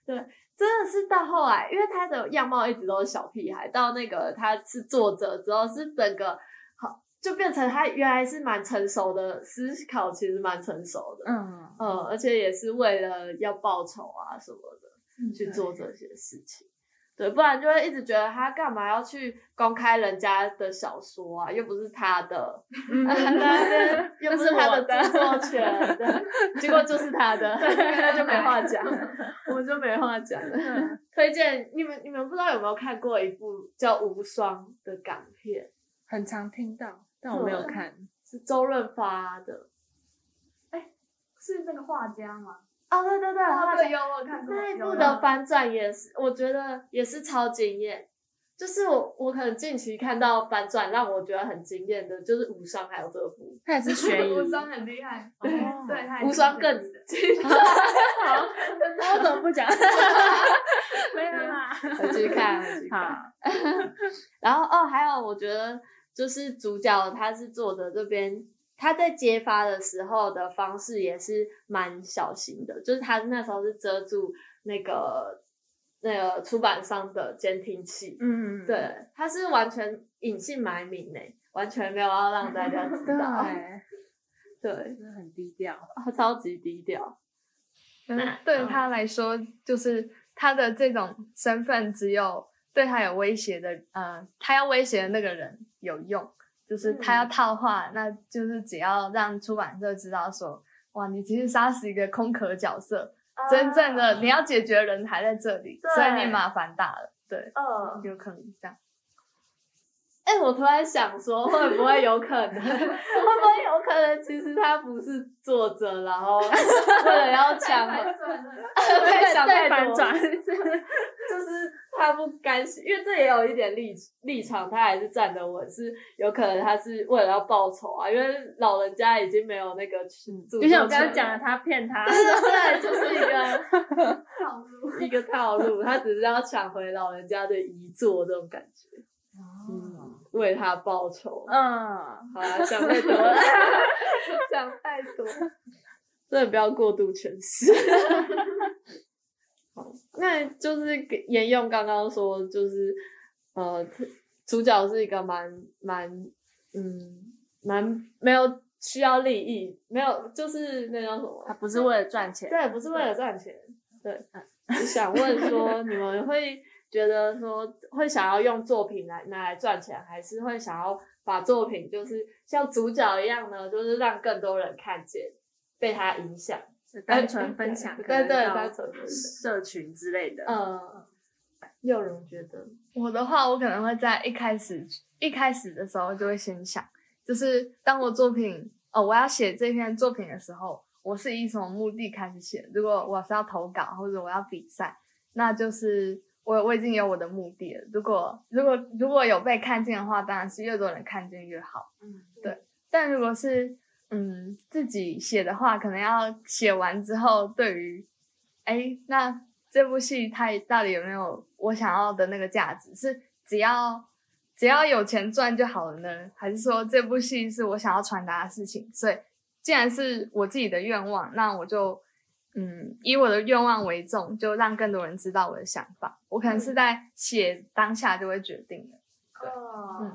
[SPEAKER 2] 对，真的是到后来，因为他的样貌一直都是小屁孩，到那个他是作者之后，是整个好就变成他原来是蛮成熟的，思考其实蛮成熟的，
[SPEAKER 4] 嗯，
[SPEAKER 2] 嗯，而且也是为了要报仇啊什么的去
[SPEAKER 4] 对
[SPEAKER 2] 做这些事情。对，不然就会一直觉得他干嘛要去公开人家的小说啊，又不是他的， 又不是他的著作权，对，结果就是他的，那就没话讲，我们就没话讲了。 推荐你们，你们不知道有没有看过一部叫《无双》的港片，
[SPEAKER 4] 很常听到，但我没有 看。
[SPEAKER 2] 是周润发的。
[SPEAKER 1] 是那个画家吗？
[SPEAKER 2] 哦，对对对，他
[SPEAKER 1] 对，有我看过
[SPEAKER 2] 那一
[SPEAKER 1] 有
[SPEAKER 2] 部
[SPEAKER 1] 有
[SPEAKER 2] 的反转也是，我觉得也是超惊艳。就是我我可能近期看到反转让我觉得很惊艳的，就是无双还有这部
[SPEAKER 4] 它也是悬疑，
[SPEAKER 1] 无双很厉害，对
[SPEAKER 4] 哦
[SPEAKER 1] 对，他也是
[SPEAKER 2] 无双
[SPEAKER 1] 这
[SPEAKER 2] 更
[SPEAKER 1] 样子的
[SPEAKER 4] 我怎么不 讲？
[SPEAKER 1] 没有啦，
[SPEAKER 2] 回去看，回去看。
[SPEAKER 4] 好，
[SPEAKER 2] 然后哦，还有我觉得就是主角他是作者这边，他在揭发的时候的方式也是蛮小心的，就是他那时候是遮住那个那个出版商的监听器，
[SPEAKER 4] 嗯，
[SPEAKER 2] 对，他是欸 完全隐姓埋名呢，完全没有要让大家知道。
[SPEAKER 4] 对，
[SPEAKER 2] 对，
[SPEAKER 4] 真的很低调。
[SPEAKER 2] 他哦超级低调。
[SPEAKER 3] 嗯，对他来说，就是他的这种身份只有对他有威胁的，呃，他要威胁的那个人有用，就是他
[SPEAKER 2] 嗯
[SPEAKER 3] 要套话，那就是只要让出版社知道说，哇，你其实杀死一个空壳角色，
[SPEAKER 4] 啊
[SPEAKER 3] 真正
[SPEAKER 2] 啊
[SPEAKER 3] 的你要解决的人还在这里，所以你麻烦大了，对，
[SPEAKER 5] 嗯，
[SPEAKER 3] 有可能这样。
[SPEAKER 2] 哎、我突然想说，会不会有可能？会不会有可能？其实他不是作 者，然 后为了哦要抢回，对，想
[SPEAKER 3] 再
[SPEAKER 2] 太
[SPEAKER 3] 反
[SPEAKER 2] 多
[SPEAKER 3] 转
[SPEAKER 2] 就是他不甘心，因为这也有一点立立场，他还是站得稳，是有可能他是为了要报仇啊，因为老人家已经没有那个主，
[SPEAKER 4] 嗯就像我刚刚讲的，，他骗他，
[SPEAKER 2] 对对对，就是一个
[SPEAKER 1] 套路。
[SPEAKER 2] 一个套路，他只是要抢回老人家的遗作这种感觉，嗯，为他报仇，
[SPEAKER 4] 嗯，
[SPEAKER 2] 好啊，想太多了，想太多，真的不要过度诠 释。好，那就是给沿用刚刚说，就是呃，主角是一个蛮蛮嗯蛮没有需要利益，没有就是那叫什么
[SPEAKER 4] 他？不是为了赚钱，
[SPEAKER 2] 啊对，不是为了赚钱。啊对，就想问说，你们会觉得说会想要用作品来拿来赚钱，还是会想要把作品就是像主角一样呢，就是让更多人看见，被他影响，
[SPEAKER 4] 是单纯分享，
[SPEAKER 2] 哎呃对
[SPEAKER 4] 可能
[SPEAKER 2] 对，
[SPEAKER 4] 到
[SPEAKER 2] 单纯分享。
[SPEAKER 4] 社群之类的。
[SPEAKER 2] 嗯，有人觉得，
[SPEAKER 4] 嗯
[SPEAKER 3] 我的话，我可能会在一开始一开始的时候就会先想，就是当我作品哦，我要写这篇作品的时候，我是以什么目的开始写？如果我是要投稿或者我要比赛，那就是我我已经有我的目的了。如果如果如果有被看见的话，当然是越多人看见越好。
[SPEAKER 4] 嗯，
[SPEAKER 3] 对。但如果是嗯自己写的话，可能要写完之后，对于哎，那这部戏它到底有没有我想要的那个价值？是只要只要有钱赚就好了呢，还是说这部戏是我想要传达的事情？所以，既然是我自己的愿望，那我就嗯以我的愿望为重，就让更多人知道我的想法。我可能是在写当下就会决定的。
[SPEAKER 5] 嗯，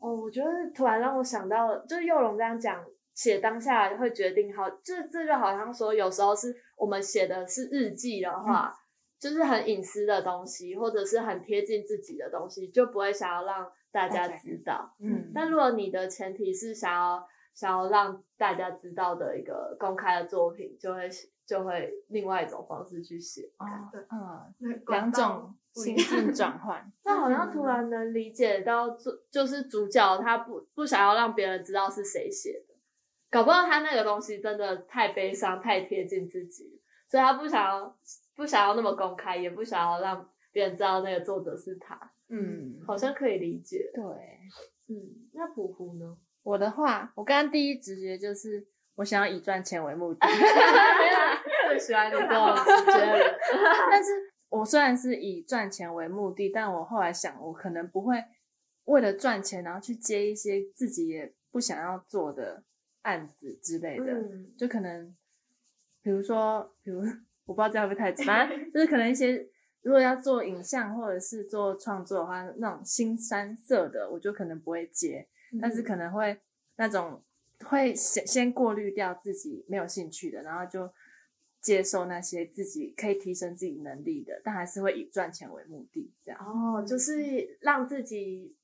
[SPEAKER 2] 哦，我觉得突然让我想到，就是佑龙这样讲，写当下会决定好，这这就好像说，有时候是我们写的是日记的
[SPEAKER 4] 嗯
[SPEAKER 2] 话，就是很隐私的东西，或者是很贴近自己的东西，就不会想要让大家知道。
[SPEAKER 4] 嗯
[SPEAKER 2] 但如果你的前提是想要想要让大家知道的一个公开的作品，就会就会另外一种方式去写。
[SPEAKER 4] 哦
[SPEAKER 1] 对
[SPEAKER 4] 嗯，
[SPEAKER 1] 那个
[SPEAKER 4] 两
[SPEAKER 1] 广告
[SPEAKER 4] 种 心境转换，
[SPEAKER 2] 那好像突然能理解到主，就是主角他不不想要让别人知道是谁写的，搞不好他那个东西真的太悲伤，太贴近自己，所以他不想要不想要那么公开，也不想要让别人知道那个作者是他，
[SPEAKER 4] 嗯，
[SPEAKER 2] 好像可以理解。
[SPEAKER 4] 对。
[SPEAKER 2] 嗯，那普普呢？
[SPEAKER 4] 我的话，我刚刚第一直觉就是我想要以赚钱为目的，
[SPEAKER 2] 最喜欢你这种直觉的人，
[SPEAKER 4] 但是我虽然是以赚钱为目的，但我后来想，我可能不会为了赚钱，然后去接一些自己也不想要做的案子之类的，
[SPEAKER 2] 嗯
[SPEAKER 4] 就可能，比如说，比如我不知道这样会不会太直，反正就是可能一些。如果要做影像或者是做创作的话，那种新三色的，我就可能不会接。但是可能会那种会先先过滤掉自己没有兴趣的，然后就接受那些自己可以提升自己能力的，但还是会以赚钱为目的这样。
[SPEAKER 2] 哦，
[SPEAKER 4] 嗯
[SPEAKER 2] 就是让自己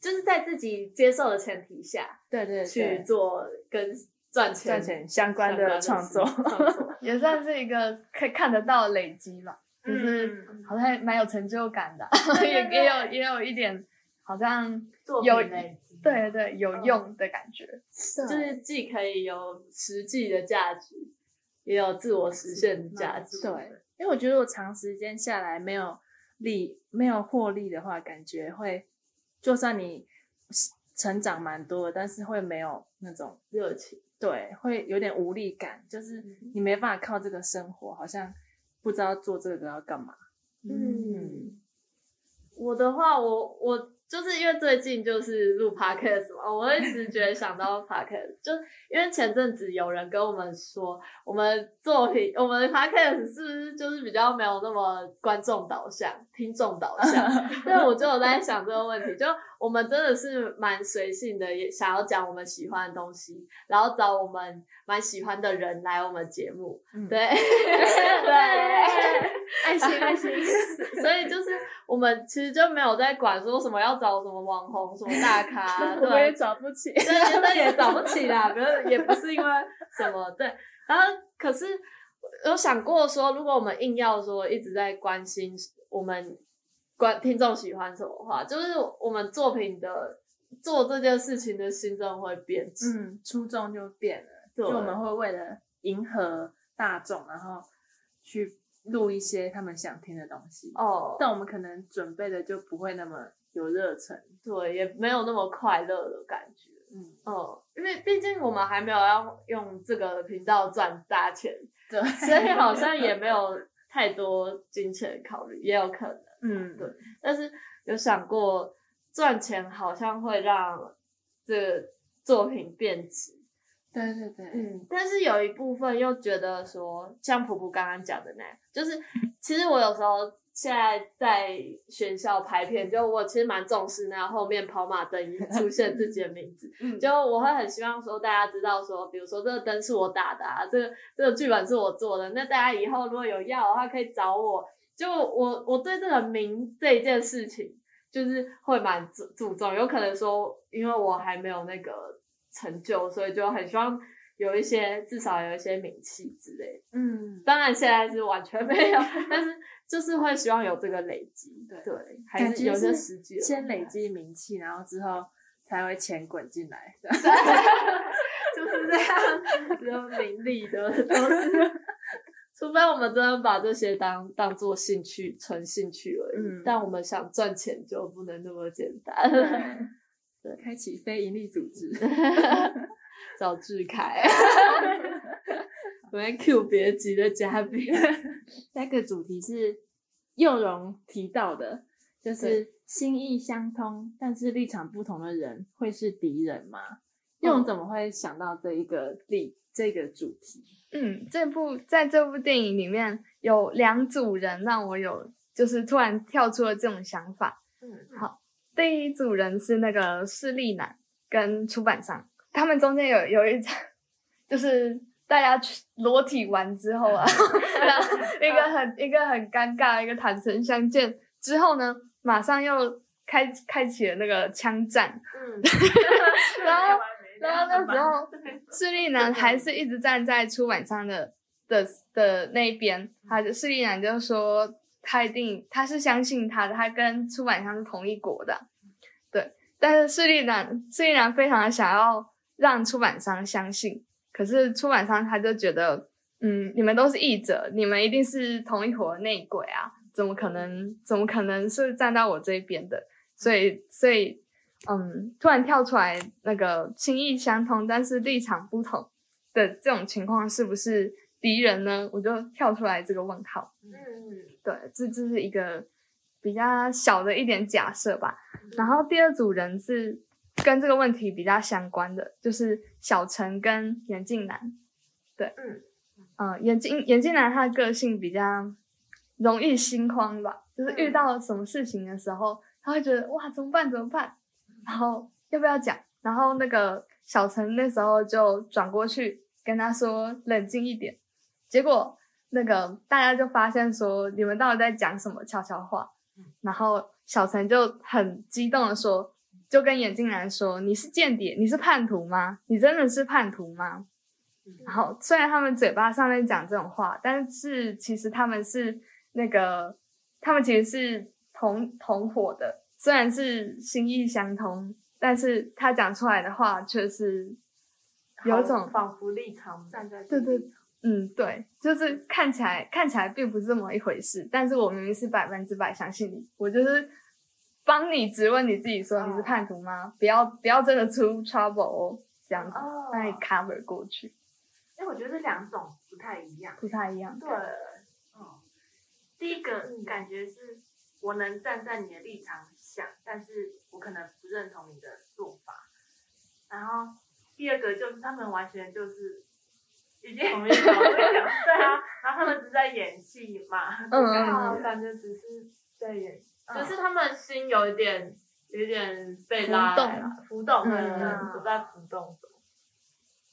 [SPEAKER 2] 就是在自己接受的前提下
[SPEAKER 4] 对对
[SPEAKER 2] 去
[SPEAKER 4] 去
[SPEAKER 2] 做跟赚钱
[SPEAKER 4] 赚钱相关的创作。
[SPEAKER 2] 相关的事
[SPEAKER 3] 也算是一个可以看得到的累积吧，
[SPEAKER 2] 嗯
[SPEAKER 3] 就是好像蛮有成就感的， 也也有也有一点好像
[SPEAKER 5] 作
[SPEAKER 3] 有
[SPEAKER 5] 品类型，
[SPEAKER 3] 对对有用的感觉。
[SPEAKER 2] 嗯就
[SPEAKER 4] 对
[SPEAKER 2] 是既可以有实际的价值，也有自我实现的价值。
[SPEAKER 4] 嗯对，因为我觉得我长时间下来没有利没有获利的话，感觉会就算你成长蛮多的，但是会没有那种
[SPEAKER 2] 热情。
[SPEAKER 4] 对，会有点无力感，就是你没办法靠这个生活，好像不知道做这个要干嘛。
[SPEAKER 2] 嗯，我的话，我我就是因为最近就是录 podcast 嘛，我会直觉想到 podcast，就因为前阵子有人跟我们说，我们作品我们 podcast 是不是就是比较没有那么观众导向、听众导向？对，我就有在想这个问题，就我们真的是蛮随性的，也想要讲我们喜欢的东西，然后找我们蛮喜欢的人来我们节目，
[SPEAKER 4] 嗯
[SPEAKER 2] 对 对。
[SPEAKER 1] 爱心爱心，
[SPEAKER 2] 所以就是我们其实就没有在管说什么要找什么网红、什么大 咖，对，
[SPEAKER 4] 啊我也找不起。
[SPEAKER 2] 对，那也找不起啦，不是，也不是因为什么，对。然后可是有想过说，如果我们硬要说一直在关心我们观听众喜欢什么话，就是我们作品的做这件事情的心真的会变质。
[SPEAKER 4] 嗯，初衷就变了，
[SPEAKER 2] 对
[SPEAKER 4] 就我们会为了迎合大众，然后去录一些他们想听的东西，
[SPEAKER 2] 哦，
[SPEAKER 4] 但我们可能准备的就不会那么有热忱。
[SPEAKER 2] 对，也没有那么快乐的感觉。
[SPEAKER 4] 嗯，
[SPEAKER 2] 嗯，因为毕竟我们还没有要用这个频道赚大钱，
[SPEAKER 4] 对，
[SPEAKER 2] 所以好像也没有太多金钱考虑，也有可能。
[SPEAKER 4] 嗯，
[SPEAKER 2] 对但是有想过赚钱好像会让这个作品变质，
[SPEAKER 4] 对对对，
[SPEAKER 2] 嗯，但是有一部分又觉得说，像普普刚刚讲的那样，就是其实我有时候现在在学校拍片，就我其实蛮重视那后面跑马灯出现自己的名字，
[SPEAKER 4] 嗯
[SPEAKER 2] 就我会很希望说大家知道说，比如说这个灯是我打的啊，这个这个剧本是我做的，那大家以后如果有要的话可以找我。就我我对这个名这一件事情，就是会蛮注注重，有可能说因为我还没有那个成就，所以就很希望有一些至少有一些名气之类的。
[SPEAKER 4] 嗯，
[SPEAKER 2] 当然现在是完全没有，但是就是会希望有这个累积，
[SPEAKER 4] 对
[SPEAKER 2] 还
[SPEAKER 4] 感
[SPEAKER 2] 是
[SPEAKER 4] 觉
[SPEAKER 2] 有些
[SPEAKER 4] 是
[SPEAKER 2] 实际的
[SPEAKER 4] 先
[SPEAKER 2] 东西
[SPEAKER 4] 累积名气，然后之后才会钱滚进来。
[SPEAKER 2] 就是这样，只有名利的都是， 除非我们真的把这些当当做兴趣，纯兴趣而已。
[SPEAKER 4] 嗯
[SPEAKER 2] 但我们想赚钱就不能那么简单。
[SPEAKER 4] 对，开启非盈利组织。
[SPEAKER 2] 找志凯， 我们 Q 别急的嘉宾。
[SPEAKER 4] 下一个主题是佑荣提到的，就是心意相通但是立场不同的人会是敌人吗？佑
[SPEAKER 3] 嗯
[SPEAKER 4] 荣怎么会想到这一个例这个主题？
[SPEAKER 3] 嗯，这部在这部电影里面有两组人让我有就是突然跳出了这种想法。
[SPEAKER 5] 嗯，
[SPEAKER 3] 好，第一组人是那个势利男跟出版商，他们中间有有一场，就是大家去裸体完之后啊，然后一个很一个很尴尬的一个坦诚相见之后呢，马上又开开启了那个枪战，
[SPEAKER 5] 嗯，
[SPEAKER 3] 然后
[SPEAKER 5] 没完没了
[SPEAKER 3] 然后那时候
[SPEAKER 5] 怎么 办
[SPEAKER 3] 势利男还是一直站在出版商的的的那一边，他就势利男就说他一定他是相信他的，他跟出版商是同一国的，对。但是势利男势利男非常的想要让出版商相信，可是出版商他就觉得，嗯，你们都是译者，你们一定是同一伙的内鬼啊，怎么可能怎么可能是站到我这边的？所以所以嗯，突然跳出来那个心意相通，但是立场不同的这种情况，是不是敌人呢？我就跳出来这个问号。
[SPEAKER 5] 嗯
[SPEAKER 3] 对，这这是一个比较小的一点假设吧。然后第二组人是跟这个问题比较相关的，就是小陈跟眼镜男。对，
[SPEAKER 5] 嗯，
[SPEAKER 3] 呃，眼镜眼镜男他的个性比较容易心慌吧，就是遇到什么事情的时候，他会觉得哇怎么办怎么办，然后要不要讲？然后那个小陈那时候就转过去跟他说冷静一点，结果那个大家就发现说你们到底在讲什么悄悄话，然后小陈就很激动的说，就跟眼镜男说你是间谍，你是叛徒吗？你真的是叛徒吗？然后虽然他们嘴巴上面讲这种话，但是其实他们是那个，他们其实是同同伙的，虽然是心意相通，但是他讲出来的话却是有一种
[SPEAKER 5] 好仿佛立场站在
[SPEAKER 3] 对对
[SPEAKER 5] 立场
[SPEAKER 3] 嗯，对，就是看起来看起来并不是这么一回事，但是我明明是百分之百相信你，我就是帮你质问你自己说你
[SPEAKER 5] 哦
[SPEAKER 3] 是叛徒吗？不要不要真的出 trouble 哦，这样子
[SPEAKER 5] 哦，
[SPEAKER 3] 帮你 cover 过去，
[SPEAKER 5] 哎，我觉得这两种不太一样。
[SPEAKER 3] 不太一样。
[SPEAKER 5] 对，嗯，第一个感觉是我能站在你的立场像，但是我可能不认同你的做法。然后第二个就是他们完全就是已经 同一条路了对啊，然后他们只是在演戏嘛，
[SPEAKER 2] 哦
[SPEAKER 4] 嗯嗯
[SPEAKER 1] 啊
[SPEAKER 5] 嗯，
[SPEAKER 1] 感觉只是在演，
[SPEAKER 2] 只是他们心有一点有一点被
[SPEAKER 3] 浮
[SPEAKER 2] 拉
[SPEAKER 3] 动
[SPEAKER 2] 来了，
[SPEAKER 5] 浮动，
[SPEAKER 3] 嗯
[SPEAKER 5] 不在浮动中。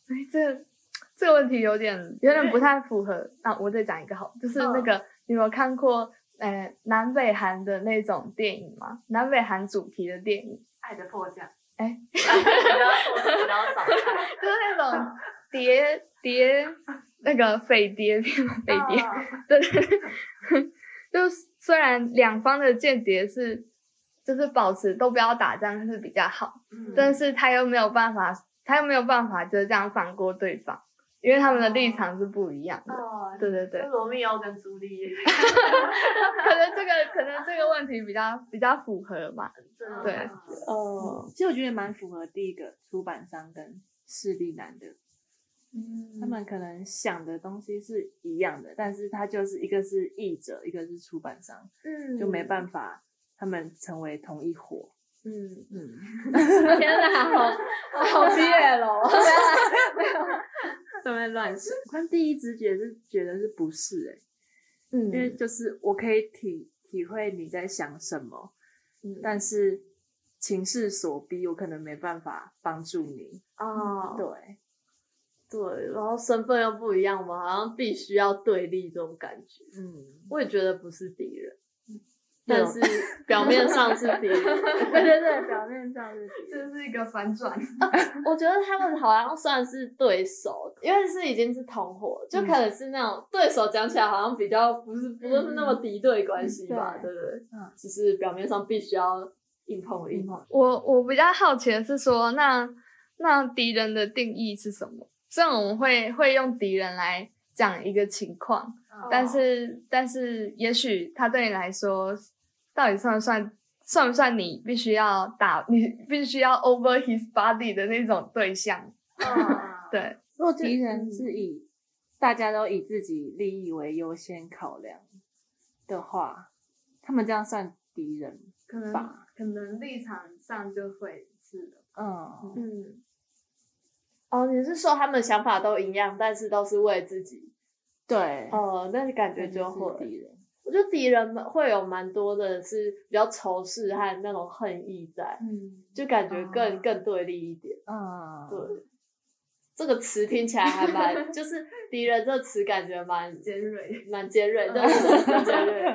[SPEAKER 3] 哎，这个这个问题有点有点不太符合啊！我再讲一个好，就是
[SPEAKER 5] 嗯
[SPEAKER 3] 那个、你有没有看过呃南北韩的那种电影吗？南北韩主题的电影，
[SPEAKER 5] 爱的迫降，
[SPEAKER 3] 哎，
[SPEAKER 5] 然后我就然后找
[SPEAKER 3] 就是那种叠叠那个匪谍片，匪谍、
[SPEAKER 1] 嗯
[SPEAKER 3] 对，就虽然两方的间谍是就是保持都不要打仗是比较好，
[SPEAKER 5] 嗯
[SPEAKER 1] 嗯
[SPEAKER 3] 但是他又没有办法，他又没有办法就是这样放过对方，因为他们的立
[SPEAKER 1] 哦
[SPEAKER 3] 场是不一样的。
[SPEAKER 1] 嗯
[SPEAKER 5] 哦，
[SPEAKER 3] 对对对，
[SPEAKER 5] 就罗密欧跟朱丽叶，
[SPEAKER 3] 可能这个可能这个问题比较比较符合嘛。对
[SPEAKER 2] 嗯
[SPEAKER 4] 哦，其实我觉得蛮符合第一个出版商跟势力男的，
[SPEAKER 1] 嗯
[SPEAKER 4] 他们可能想的东西是一样的，但是他就是一个是译者，一个是出版商，
[SPEAKER 1] 嗯
[SPEAKER 4] 就没办法他们成为同一伙。
[SPEAKER 3] 嗯，
[SPEAKER 4] 嗯，
[SPEAKER 2] 天哪， 好好哦毕业了，
[SPEAKER 4] 在那乱想。但第一直觉是觉得是不是哎、
[SPEAKER 3] 嗯
[SPEAKER 4] 因为就是我可以体体会你在想什么，
[SPEAKER 3] 嗯
[SPEAKER 4] 但是情势所逼，我可能没办法帮助你。
[SPEAKER 2] 哦，
[SPEAKER 4] 对，
[SPEAKER 2] 对，然后身份又不一样，我们好像必须要对立这种感觉。
[SPEAKER 4] 嗯，
[SPEAKER 2] 我也觉得不是敌人，
[SPEAKER 4] 对
[SPEAKER 2] 但
[SPEAKER 4] 哦
[SPEAKER 2] 是表面上是敌人。
[SPEAKER 4] 对对对，表面上是
[SPEAKER 1] 这是一个反转，
[SPEAKER 2] 我觉得他们好像算是对手，因为是已经是同伙，就可能是那种对手讲起来好像比较不是不是那么敌对关系吧，嗯
[SPEAKER 4] 嗯
[SPEAKER 2] 对不对？
[SPEAKER 4] 嗯
[SPEAKER 2] 只是表面上必须要硬碰硬。
[SPEAKER 3] 我我比较好奇的是说，那那敌人的定义是什么？虽然我们会会用敌人来讲一个情况，
[SPEAKER 5] 嗯
[SPEAKER 1] 哦
[SPEAKER 3] 但是但是也许他对你来说，到底算不算算不算你必须要打你必须要 over his body 的那种对象？
[SPEAKER 5] 嗯对，
[SPEAKER 3] 对，
[SPEAKER 4] 如果敌人嗯是以大家都以自己利益为优先考量的话，他们这样算敌人
[SPEAKER 1] 可能
[SPEAKER 4] 吧？
[SPEAKER 1] 可能立场上就会是的，
[SPEAKER 4] 嗯，
[SPEAKER 2] 嗯，哦，你是说他们想法都一样，但是都是为自己？
[SPEAKER 4] 对，
[SPEAKER 2] 哦，那你感觉
[SPEAKER 4] 那
[SPEAKER 2] 就是会。
[SPEAKER 4] 敌人。
[SPEAKER 2] 我觉得敌人们会有蛮多的是比较仇视和那种恨意在，
[SPEAKER 1] 嗯，
[SPEAKER 2] 就感觉更、
[SPEAKER 4] 哦
[SPEAKER 2] 更对立一点。
[SPEAKER 4] 嗯，
[SPEAKER 2] 对，这个词听起来还 蛮，就是敌人这词感觉蛮
[SPEAKER 1] 尖锐，
[SPEAKER 2] 蛮尖锐，对，
[SPEAKER 4] 嗯
[SPEAKER 2] 蛮尖 锐。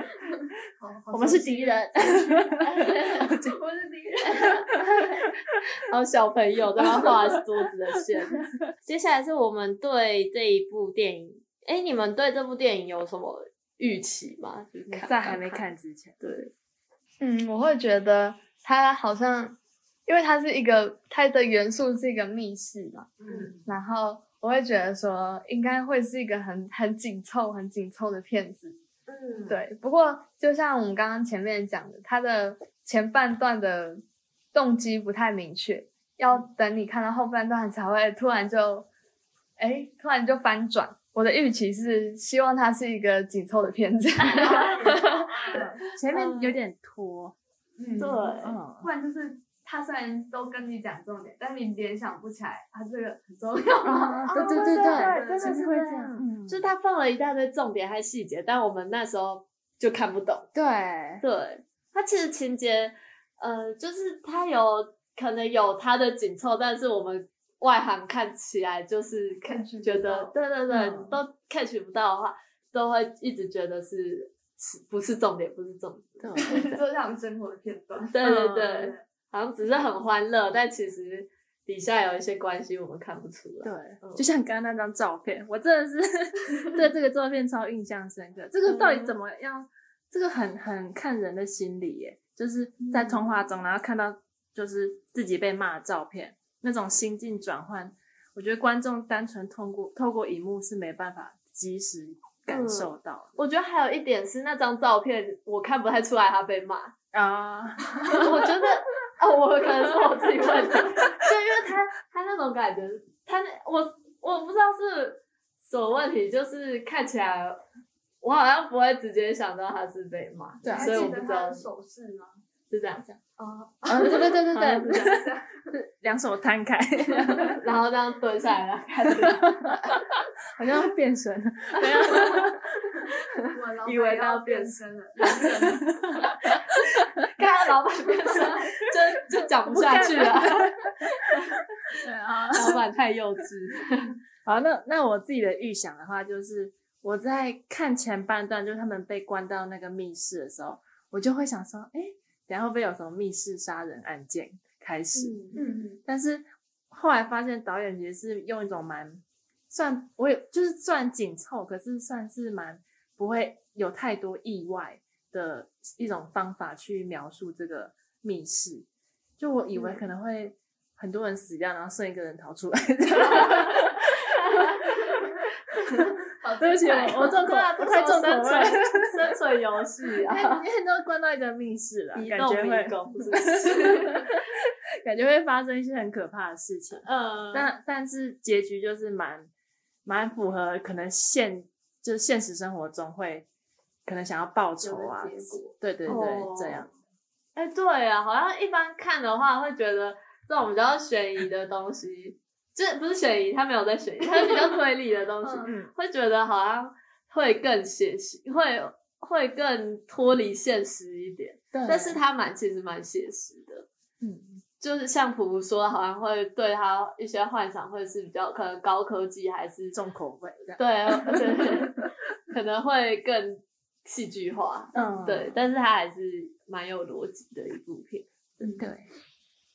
[SPEAKER 1] 我
[SPEAKER 2] 我们是敌人，
[SPEAKER 1] 我是敌人，
[SPEAKER 2] 然后小朋友在那 画桌子的线。接下来是我们对这一部电影，哎，你们对这部电影有什么预期吗？就是看
[SPEAKER 4] 在还没看之前，
[SPEAKER 2] 对，
[SPEAKER 3] 嗯，我会觉得它好像，因为它是一个它的元素是一个密室嘛，
[SPEAKER 5] 嗯，
[SPEAKER 3] 然后我会觉得说应该会是一个很很紧凑、很紧凑的片子。
[SPEAKER 5] 嗯，
[SPEAKER 3] 对，不过就像我们刚刚前面讲的，它的前半段的动机不太明确，要等你看到后半段才会突然就，哎，突然就翻转。我的预期是希望它是一个紧凑的片子。
[SPEAKER 4] 前面有点拖，
[SPEAKER 1] 嗯，
[SPEAKER 2] 对，
[SPEAKER 4] 嗯，
[SPEAKER 1] 不然就是他虽然都跟你讲重点，但你联想不起来，他这个很重要吗？
[SPEAKER 4] 啊对对
[SPEAKER 2] 对
[SPEAKER 4] 对
[SPEAKER 1] 真的
[SPEAKER 4] 前面
[SPEAKER 1] 是
[SPEAKER 4] 会
[SPEAKER 1] 这
[SPEAKER 4] 这样，
[SPEAKER 1] 样
[SPEAKER 4] 嗯，
[SPEAKER 2] 就是他放了一大堆重点和细节，但我们那时候就看不懂。
[SPEAKER 4] 对，
[SPEAKER 2] 对，它其实情节，呃，就是它有可能有它的紧凑，但是我们外行看起来就是看
[SPEAKER 1] catch 不
[SPEAKER 2] 觉得
[SPEAKER 1] 到，
[SPEAKER 2] 对对对，
[SPEAKER 4] 嗯
[SPEAKER 2] 都 catch 不到的话，都会一直觉得是是不是重点，不是重点，
[SPEAKER 4] 对
[SPEAKER 1] 就是他们生活的片段。
[SPEAKER 2] 对对对，
[SPEAKER 1] 嗯
[SPEAKER 2] 好像只是很欢乐，但其实底下有一些关系我们看不出来。嗯
[SPEAKER 4] 对，就像刚刚那张照片，我真的是对这个照片超印象深刻。这个到底怎么样？这个很很看人的心理耶，就是在通话中，然后看到就是自己被骂的照片，那种心境转换，我觉得观众单纯通过透过荧幕是没办法及时感受到
[SPEAKER 2] 我觉得还有一点是那张照片，我看不太出来他被骂，
[SPEAKER 4] 的啊。
[SPEAKER 2] 我觉得哦，我可能是我自己问题，就因为他他那种感觉，他那我我不知道是什么问题，就是看起来我好像不会直接想到他是被骂，
[SPEAKER 4] 对啊
[SPEAKER 1] 还
[SPEAKER 2] 所以我
[SPEAKER 1] 记
[SPEAKER 2] 不
[SPEAKER 1] 得
[SPEAKER 2] 知
[SPEAKER 1] 他
[SPEAKER 2] 道
[SPEAKER 1] 的。手势吗？
[SPEAKER 2] 是这样讲。
[SPEAKER 3] 哦，
[SPEAKER 2] 嗯， 对对对 对对，是这样
[SPEAKER 4] 两手摊开，
[SPEAKER 2] 然后这样蹲下来，然后开始
[SPEAKER 4] 好像变身了。
[SPEAKER 1] 我老板
[SPEAKER 2] 以为他要
[SPEAKER 1] 要变身了，人
[SPEAKER 2] 看到老板变身，就就讲不下去了。
[SPEAKER 4] 对啊，
[SPEAKER 2] 老板太幼稚，
[SPEAKER 4] 好，那那我自己的预想的话，就是我在看前半段，就是他们被关到那个密室的时候，我就会想说，哎，等一下会不会有什么密室杀人案件开始？
[SPEAKER 1] 嗯，
[SPEAKER 4] 但是后来发现导演其实是用一种蛮算我也就是算紧凑，可是算是蛮不会有太多意外的一种方法去描述这个密室。就我以为
[SPEAKER 2] 嗯
[SPEAKER 4] 可能会很多人死掉，然后剩一个人逃出来。
[SPEAKER 1] 好，
[SPEAKER 4] 对不起，
[SPEAKER 2] 哦
[SPEAKER 4] 我我重口，
[SPEAKER 2] 啊
[SPEAKER 4] 我太重口
[SPEAKER 2] 生
[SPEAKER 4] 味
[SPEAKER 2] 存
[SPEAKER 4] 了。
[SPEAKER 2] 生存游戏啊，
[SPEAKER 4] 因为都关到一个密室了，
[SPEAKER 2] 移
[SPEAKER 4] 感
[SPEAKER 2] 动
[SPEAKER 4] 觉
[SPEAKER 2] 迷
[SPEAKER 4] 会
[SPEAKER 2] 宫是不是？
[SPEAKER 4] 感觉会发生一些很可怕的事情。
[SPEAKER 2] 嗯，
[SPEAKER 4] 但但是结局就是蛮蛮符合可能现就是现实生活中会可能想要报仇啊
[SPEAKER 1] 有的结果，
[SPEAKER 4] 对对对，
[SPEAKER 2] 哦
[SPEAKER 4] 这样
[SPEAKER 2] 哎、对啊，好像一般看的话会觉得这种比较悬疑的东西，这不是悬疑，它没有在悬疑，它是比较推理的东西，
[SPEAKER 4] 嗯
[SPEAKER 2] 会觉得好像会更写实，会会更脱离现实一点。
[SPEAKER 4] 对
[SPEAKER 2] 但是它蛮其实蛮写实的，
[SPEAKER 4] 嗯
[SPEAKER 2] 就是像普普说，好像会对他一些幻想会是比较可能高科技还是
[SPEAKER 4] 重口味这样，
[SPEAKER 2] 对，而且 可能会更戏剧化。
[SPEAKER 4] 嗯
[SPEAKER 2] 对，但是它还是蛮有逻辑的一部片。
[SPEAKER 4] 对，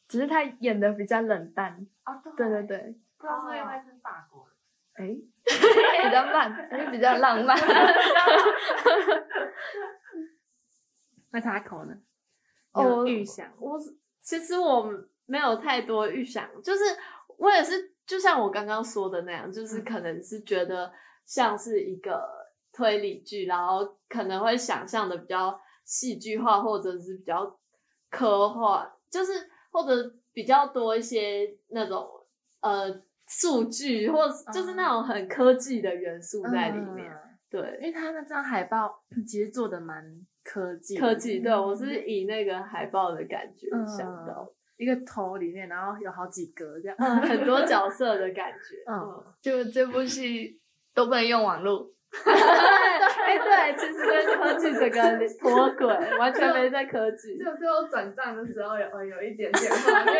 [SPEAKER 3] 只是他演的比较冷淡。
[SPEAKER 5] 啊，
[SPEAKER 3] 对对，对，
[SPEAKER 5] 不知道是因为是法国人，
[SPEAKER 3] 哎，比较慢，而且比较浪漫。
[SPEAKER 4] 那他口呢？
[SPEAKER 3] 哦
[SPEAKER 4] 有预想，
[SPEAKER 2] 我是其实我没有太多预想，就是我也是，就像我刚刚说的那样，就是可能是觉得像是一个推理剧，然后可能会想象的比较戏剧化，或者是比较科幻，就是或者比较多一些那种呃数据，或就是那种很科技的元素在里面。
[SPEAKER 4] 嗯
[SPEAKER 2] 对
[SPEAKER 4] 因，为他那张海报 其实做的蛮科技的嗯
[SPEAKER 2] 科技，对我是以那个海报的感觉想 到。
[SPEAKER 4] 一个头里面，然后有好几格这样，
[SPEAKER 2] 嗯，很多角色的感觉。
[SPEAKER 4] 嗯
[SPEAKER 2] 嗯，
[SPEAKER 3] 就 这部戏都不能用网络，
[SPEAKER 2] 哎、对，其实跟科技整 个脱轨，完全没在科技
[SPEAKER 1] 只。有最后转账的时候有有一点点画面，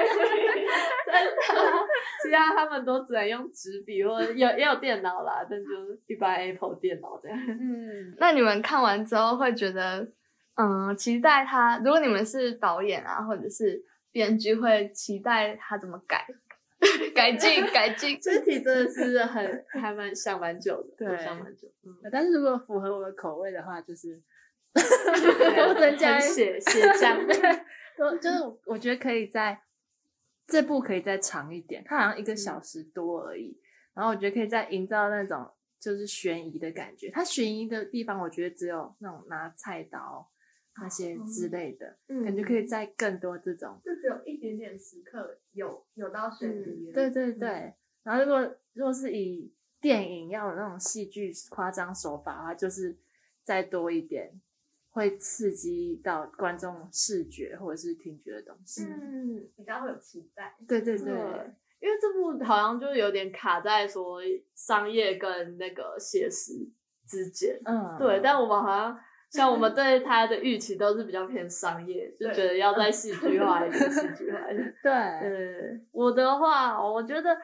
[SPEAKER 2] 其他他们都只能用纸笔，或者有也有电脑啦，但就是一般 Apple 电脑这样。
[SPEAKER 1] 嗯，
[SPEAKER 3] 那你们看完之后会觉得，嗯，期待他。如果你们是导演啊，或者是编剧，会期待他怎么改， 改进，改进。
[SPEAKER 2] 这题真的是很还蛮想蛮久的，
[SPEAKER 4] 对
[SPEAKER 2] 我想蛮久。嗯，
[SPEAKER 4] 但是如果符合我的口味的话，就是
[SPEAKER 2] 多
[SPEAKER 4] 增加
[SPEAKER 2] 写写章。
[SPEAKER 4] 都就是我我觉得可以在这部可以再长一点，它好像一个小时多而已。然后我觉得可以再营造那种就是悬疑的感觉。它悬疑的地方，我觉得只有那种拿菜刀那些之类的，感觉可以再更多这种。
[SPEAKER 1] 就只有一点点时刻有有到悬疑了，
[SPEAKER 4] 对对对。然后如果如果是以电影要有那种戏剧夸张手法的话，就是再多一点，会刺激到观众视觉或者是听觉的东西。
[SPEAKER 2] 嗯，
[SPEAKER 1] 比较会有期待，
[SPEAKER 4] 对对
[SPEAKER 2] 对 因为这部好像就有点卡在说商业跟那个写实之间。
[SPEAKER 4] 嗯，
[SPEAKER 2] 对，但我们好像像我们对它的预期都是比较偏商业，就觉得要再戏剧化一点，戏剧化一点。
[SPEAKER 4] 对，
[SPEAKER 2] 呃，我的话，哦我觉得，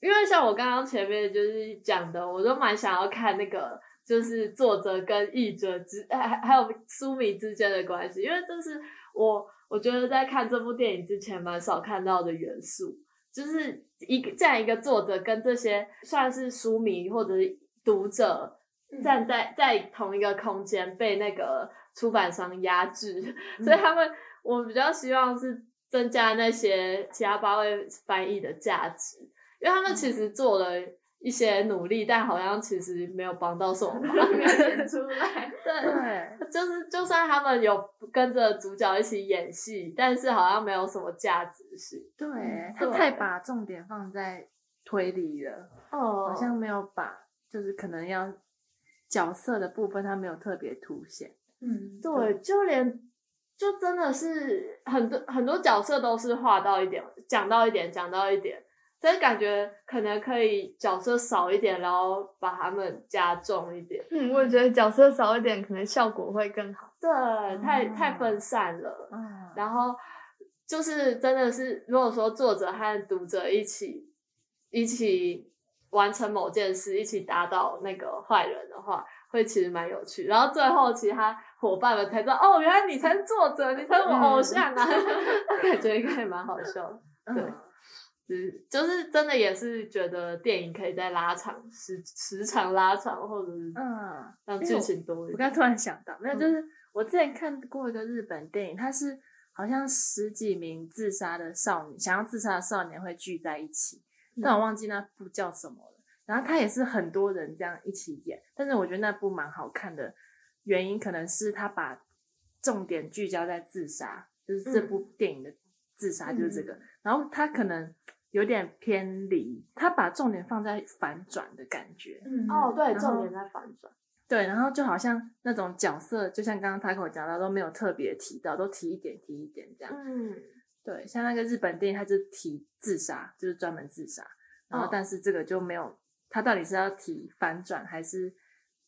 [SPEAKER 2] 因为像我刚刚前面就是讲的，我都蛮想要看那个，就是作者跟译者之，哎还还有书迷之间的关系，因为这是我我觉得在看这部电影之前蛮少看到的元素，就是一个这样一个作者跟这些算是书迷或者是读者站
[SPEAKER 4] 嗯
[SPEAKER 2] 在在同一个空间被那个出版商压制，
[SPEAKER 4] 嗯
[SPEAKER 2] 所以他们我比较希望是增加那些其他八位翻译的价值，因为
[SPEAKER 4] 嗯
[SPEAKER 2] 他们其实做了一些努力，但好像其实没有帮到什 么忙。
[SPEAKER 1] 没有演出来，
[SPEAKER 2] 对，
[SPEAKER 4] 对，
[SPEAKER 2] 就是就算他们有跟着主角一起演戏，但是好像没有什么价值性。
[SPEAKER 4] 对，
[SPEAKER 2] 对
[SPEAKER 4] 他太把重点放在推理了，
[SPEAKER 2] 哦
[SPEAKER 4] 好像没有把就是可能要角色的部分，他没有特别凸显。
[SPEAKER 1] 嗯，
[SPEAKER 2] 对，就连就真的是很多很多角色都是画到一点，讲到一点，讲到一点，但是感觉可能可以角色少一点，然后把他们加重一点。
[SPEAKER 3] 嗯，我也觉得角色少一点，可能效果会更好。
[SPEAKER 2] 对，太太分散了。
[SPEAKER 4] 嗯，
[SPEAKER 2] 然后就是真的是，如果说作者和读者一起一起完成某件事，一起打倒那个坏人的话，会其实蛮有趣。然后最后其他伙伴们才知道，哦，原来你才是作者，你才是我偶像啊， 感觉应该也蛮好笑的。对
[SPEAKER 4] 嗯
[SPEAKER 2] 就是就是真的也是觉得电影可以再拉长时时长拉长，或者是
[SPEAKER 4] 嗯。
[SPEAKER 2] 让
[SPEAKER 4] 因为
[SPEAKER 2] 剧
[SPEAKER 4] 我
[SPEAKER 2] 情多一点。
[SPEAKER 4] 我
[SPEAKER 2] 嗯
[SPEAKER 4] 刚突然想到，没有，就是我之前看过一个日本电影，它是好像十几名自杀的少女，想要自杀的少年会聚在一起，但
[SPEAKER 2] 嗯
[SPEAKER 4] 我忘记那部叫什么了。然后它也是很多人这样一起演，但是我觉得那部蛮好看的，原因可能是他把重点聚焦在自杀，就是这
[SPEAKER 2] 嗯
[SPEAKER 4] 部电影的自杀就是这个。然后他可能有点偏离，他把重点放在反转的感觉，
[SPEAKER 1] 嗯
[SPEAKER 2] 哦，对，
[SPEAKER 4] 然后
[SPEAKER 2] 重点在反转。
[SPEAKER 4] 对，然后就好像那种角色，就像刚刚他跟我讲到，都没有特别提到，都提一点提一点这样。
[SPEAKER 2] 嗯，
[SPEAKER 4] 对，像那个日本电影，他就提自杀，就是专门自杀，然后
[SPEAKER 2] 哦
[SPEAKER 4] 但是这个就没有，他到底是要提反转，还是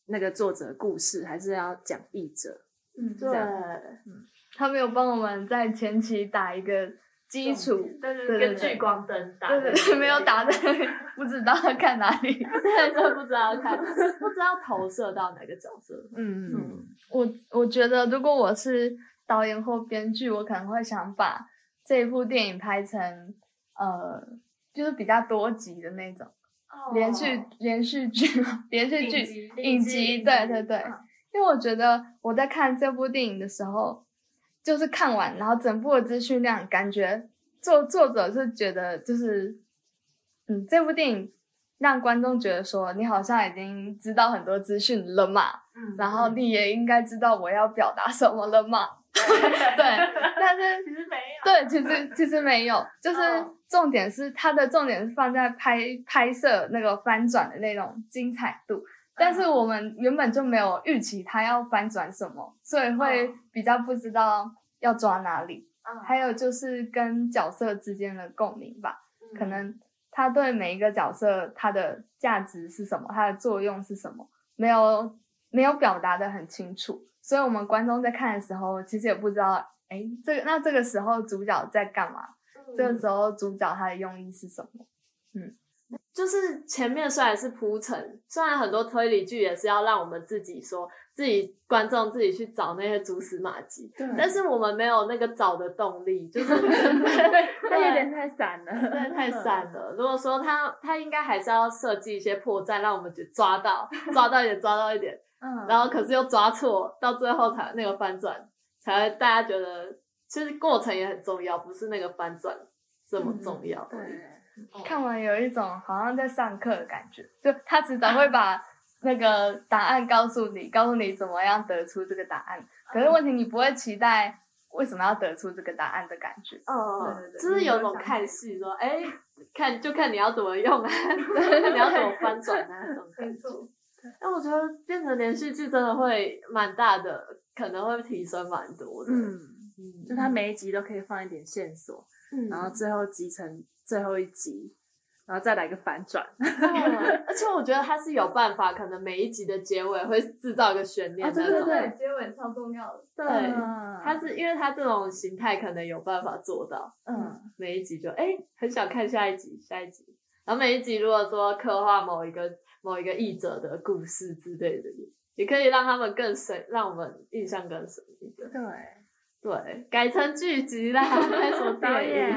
[SPEAKER 4] 那个作者故事，还是要讲译者？
[SPEAKER 1] 嗯，
[SPEAKER 2] 对
[SPEAKER 4] 这。样
[SPEAKER 3] 他没有帮我们在前期打一个基础，
[SPEAKER 5] 对对对，
[SPEAKER 3] 对对
[SPEAKER 5] 跟
[SPEAKER 3] 对
[SPEAKER 5] 聚光灯打
[SPEAKER 3] 对
[SPEAKER 5] 的那
[SPEAKER 3] 对
[SPEAKER 5] 个，
[SPEAKER 3] 对， 没有打在不知道要看哪里。
[SPEAKER 2] 对，真的不知道看，不知道投射到哪个角色。
[SPEAKER 4] 嗯
[SPEAKER 2] 嗯
[SPEAKER 3] 我我觉得，如果我是导演或编剧，我可能会想把这一部电影拍成呃，就是比较多集的那种、
[SPEAKER 5] 哦
[SPEAKER 3] 连续连续剧嘛， 连续
[SPEAKER 5] 影
[SPEAKER 3] 剧
[SPEAKER 5] 集
[SPEAKER 3] 影集，对对对。
[SPEAKER 5] 嗯
[SPEAKER 3] 因为我觉得我在看这部电影的时候，就是看完，然后整部的资讯量，感觉作作者是觉得就是，嗯，这部电影让观众觉得说你好像已经知道很多资讯了嘛，
[SPEAKER 5] 嗯，
[SPEAKER 3] 然后你也应该知道我要表达什么了 嘛，
[SPEAKER 5] 对
[SPEAKER 3] 对，但是
[SPEAKER 5] 其实没有，
[SPEAKER 3] 对，其实其实没有，就是
[SPEAKER 5] 哦
[SPEAKER 3] 重点是它的重点是放在拍拍摄那个翻转的那种精彩度，但是我们原本就没有预期它要翻转什么，所以会
[SPEAKER 5] 哦
[SPEAKER 3] 比较不知道要抓哪里。
[SPEAKER 5] 嗯
[SPEAKER 3] 还有就是跟角色之间的共鸣吧，
[SPEAKER 5] 嗯
[SPEAKER 3] 可能他对每一个角色他的价值是什么，它的作用是什么，没有没有表达的很清楚，所以我们观众在看的时候，其实也不知道，哎，这个那这个时候主角在干嘛？
[SPEAKER 5] 嗯
[SPEAKER 3] 这个时候主角他的用意是什么？
[SPEAKER 2] 就是前面虽然是铺陈，虽然很多推理剧也是要让我们自己说，自己观众自己去找那些蛛丝马迹，
[SPEAKER 4] 对
[SPEAKER 2] 但是我们没有那个找的动力，就是
[SPEAKER 4] 他有点太散了，
[SPEAKER 2] 对太散了。如果说他他应该还是要设计一些破绽，让我们去抓到，抓到也抓到一点，
[SPEAKER 4] 嗯，
[SPEAKER 2] 然后可是又抓错，到最后才那个翻转，才会大家觉得其实过程也很重要，不是那个翻转这么重要而已。
[SPEAKER 4] 嗯对，
[SPEAKER 3] 看完有一种好像在上课的感觉，就他迟早会把那个答案告诉你，告诉你怎么样得出这个答案。可是问题你不会期待为什么要得出这个答案的感觉。
[SPEAKER 2] 嗯
[SPEAKER 1] 对，对
[SPEAKER 2] 就是有种看戏说，哎，看就看你要怎么用啊， 你要怎么翻转啊，这种感
[SPEAKER 1] 没
[SPEAKER 2] 觉。
[SPEAKER 1] 错，
[SPEAKER 2] 但我觉得变成连续剧真的会蛮大的，可能会提升蛮多的。
[SPEAKER 4] 嗯，
[SPEAKER 2] 嗯
[SPEAKER 4] 就他每一集都可以放一点线索，
[SPEAKER 2] 嗯
[SPEAKER 4] 然后最后集成最后一集，然后再来一个反转，
[SPEAKER 2] 嗯而且我觉得他是有办法，可能每一集的结尾会制造一个悬念
[SPEAKER 4] 啊对
[SPEAKER 2] 的
[SPEAKER 4] 对
[SPEAKER 2] 那
[SPEAKER 1] 对
[SPEAKER 2] 种。
[SPEAKER 1] 对，结尾超重要的。
[SPEAKER 2] 对
[SPEAKER 4] 嗯
[SPEAKER 2] 他是因为他这种形态可能有办法做到，
[SPEAKER 4] 嗯
[SPEAKER 2] 每一集就哎很想看下一集，下一集。然后每一集如果说刻画某一个某一个译者的故事之类的，也可以让他们更深，让我们印象更深一点。
[SPEAKER 4] 对。
[SPEAKER 2] 对，改成剧集啦，拍什么
[SPEAKER 4] 导
[SPEAKER 2] 电影？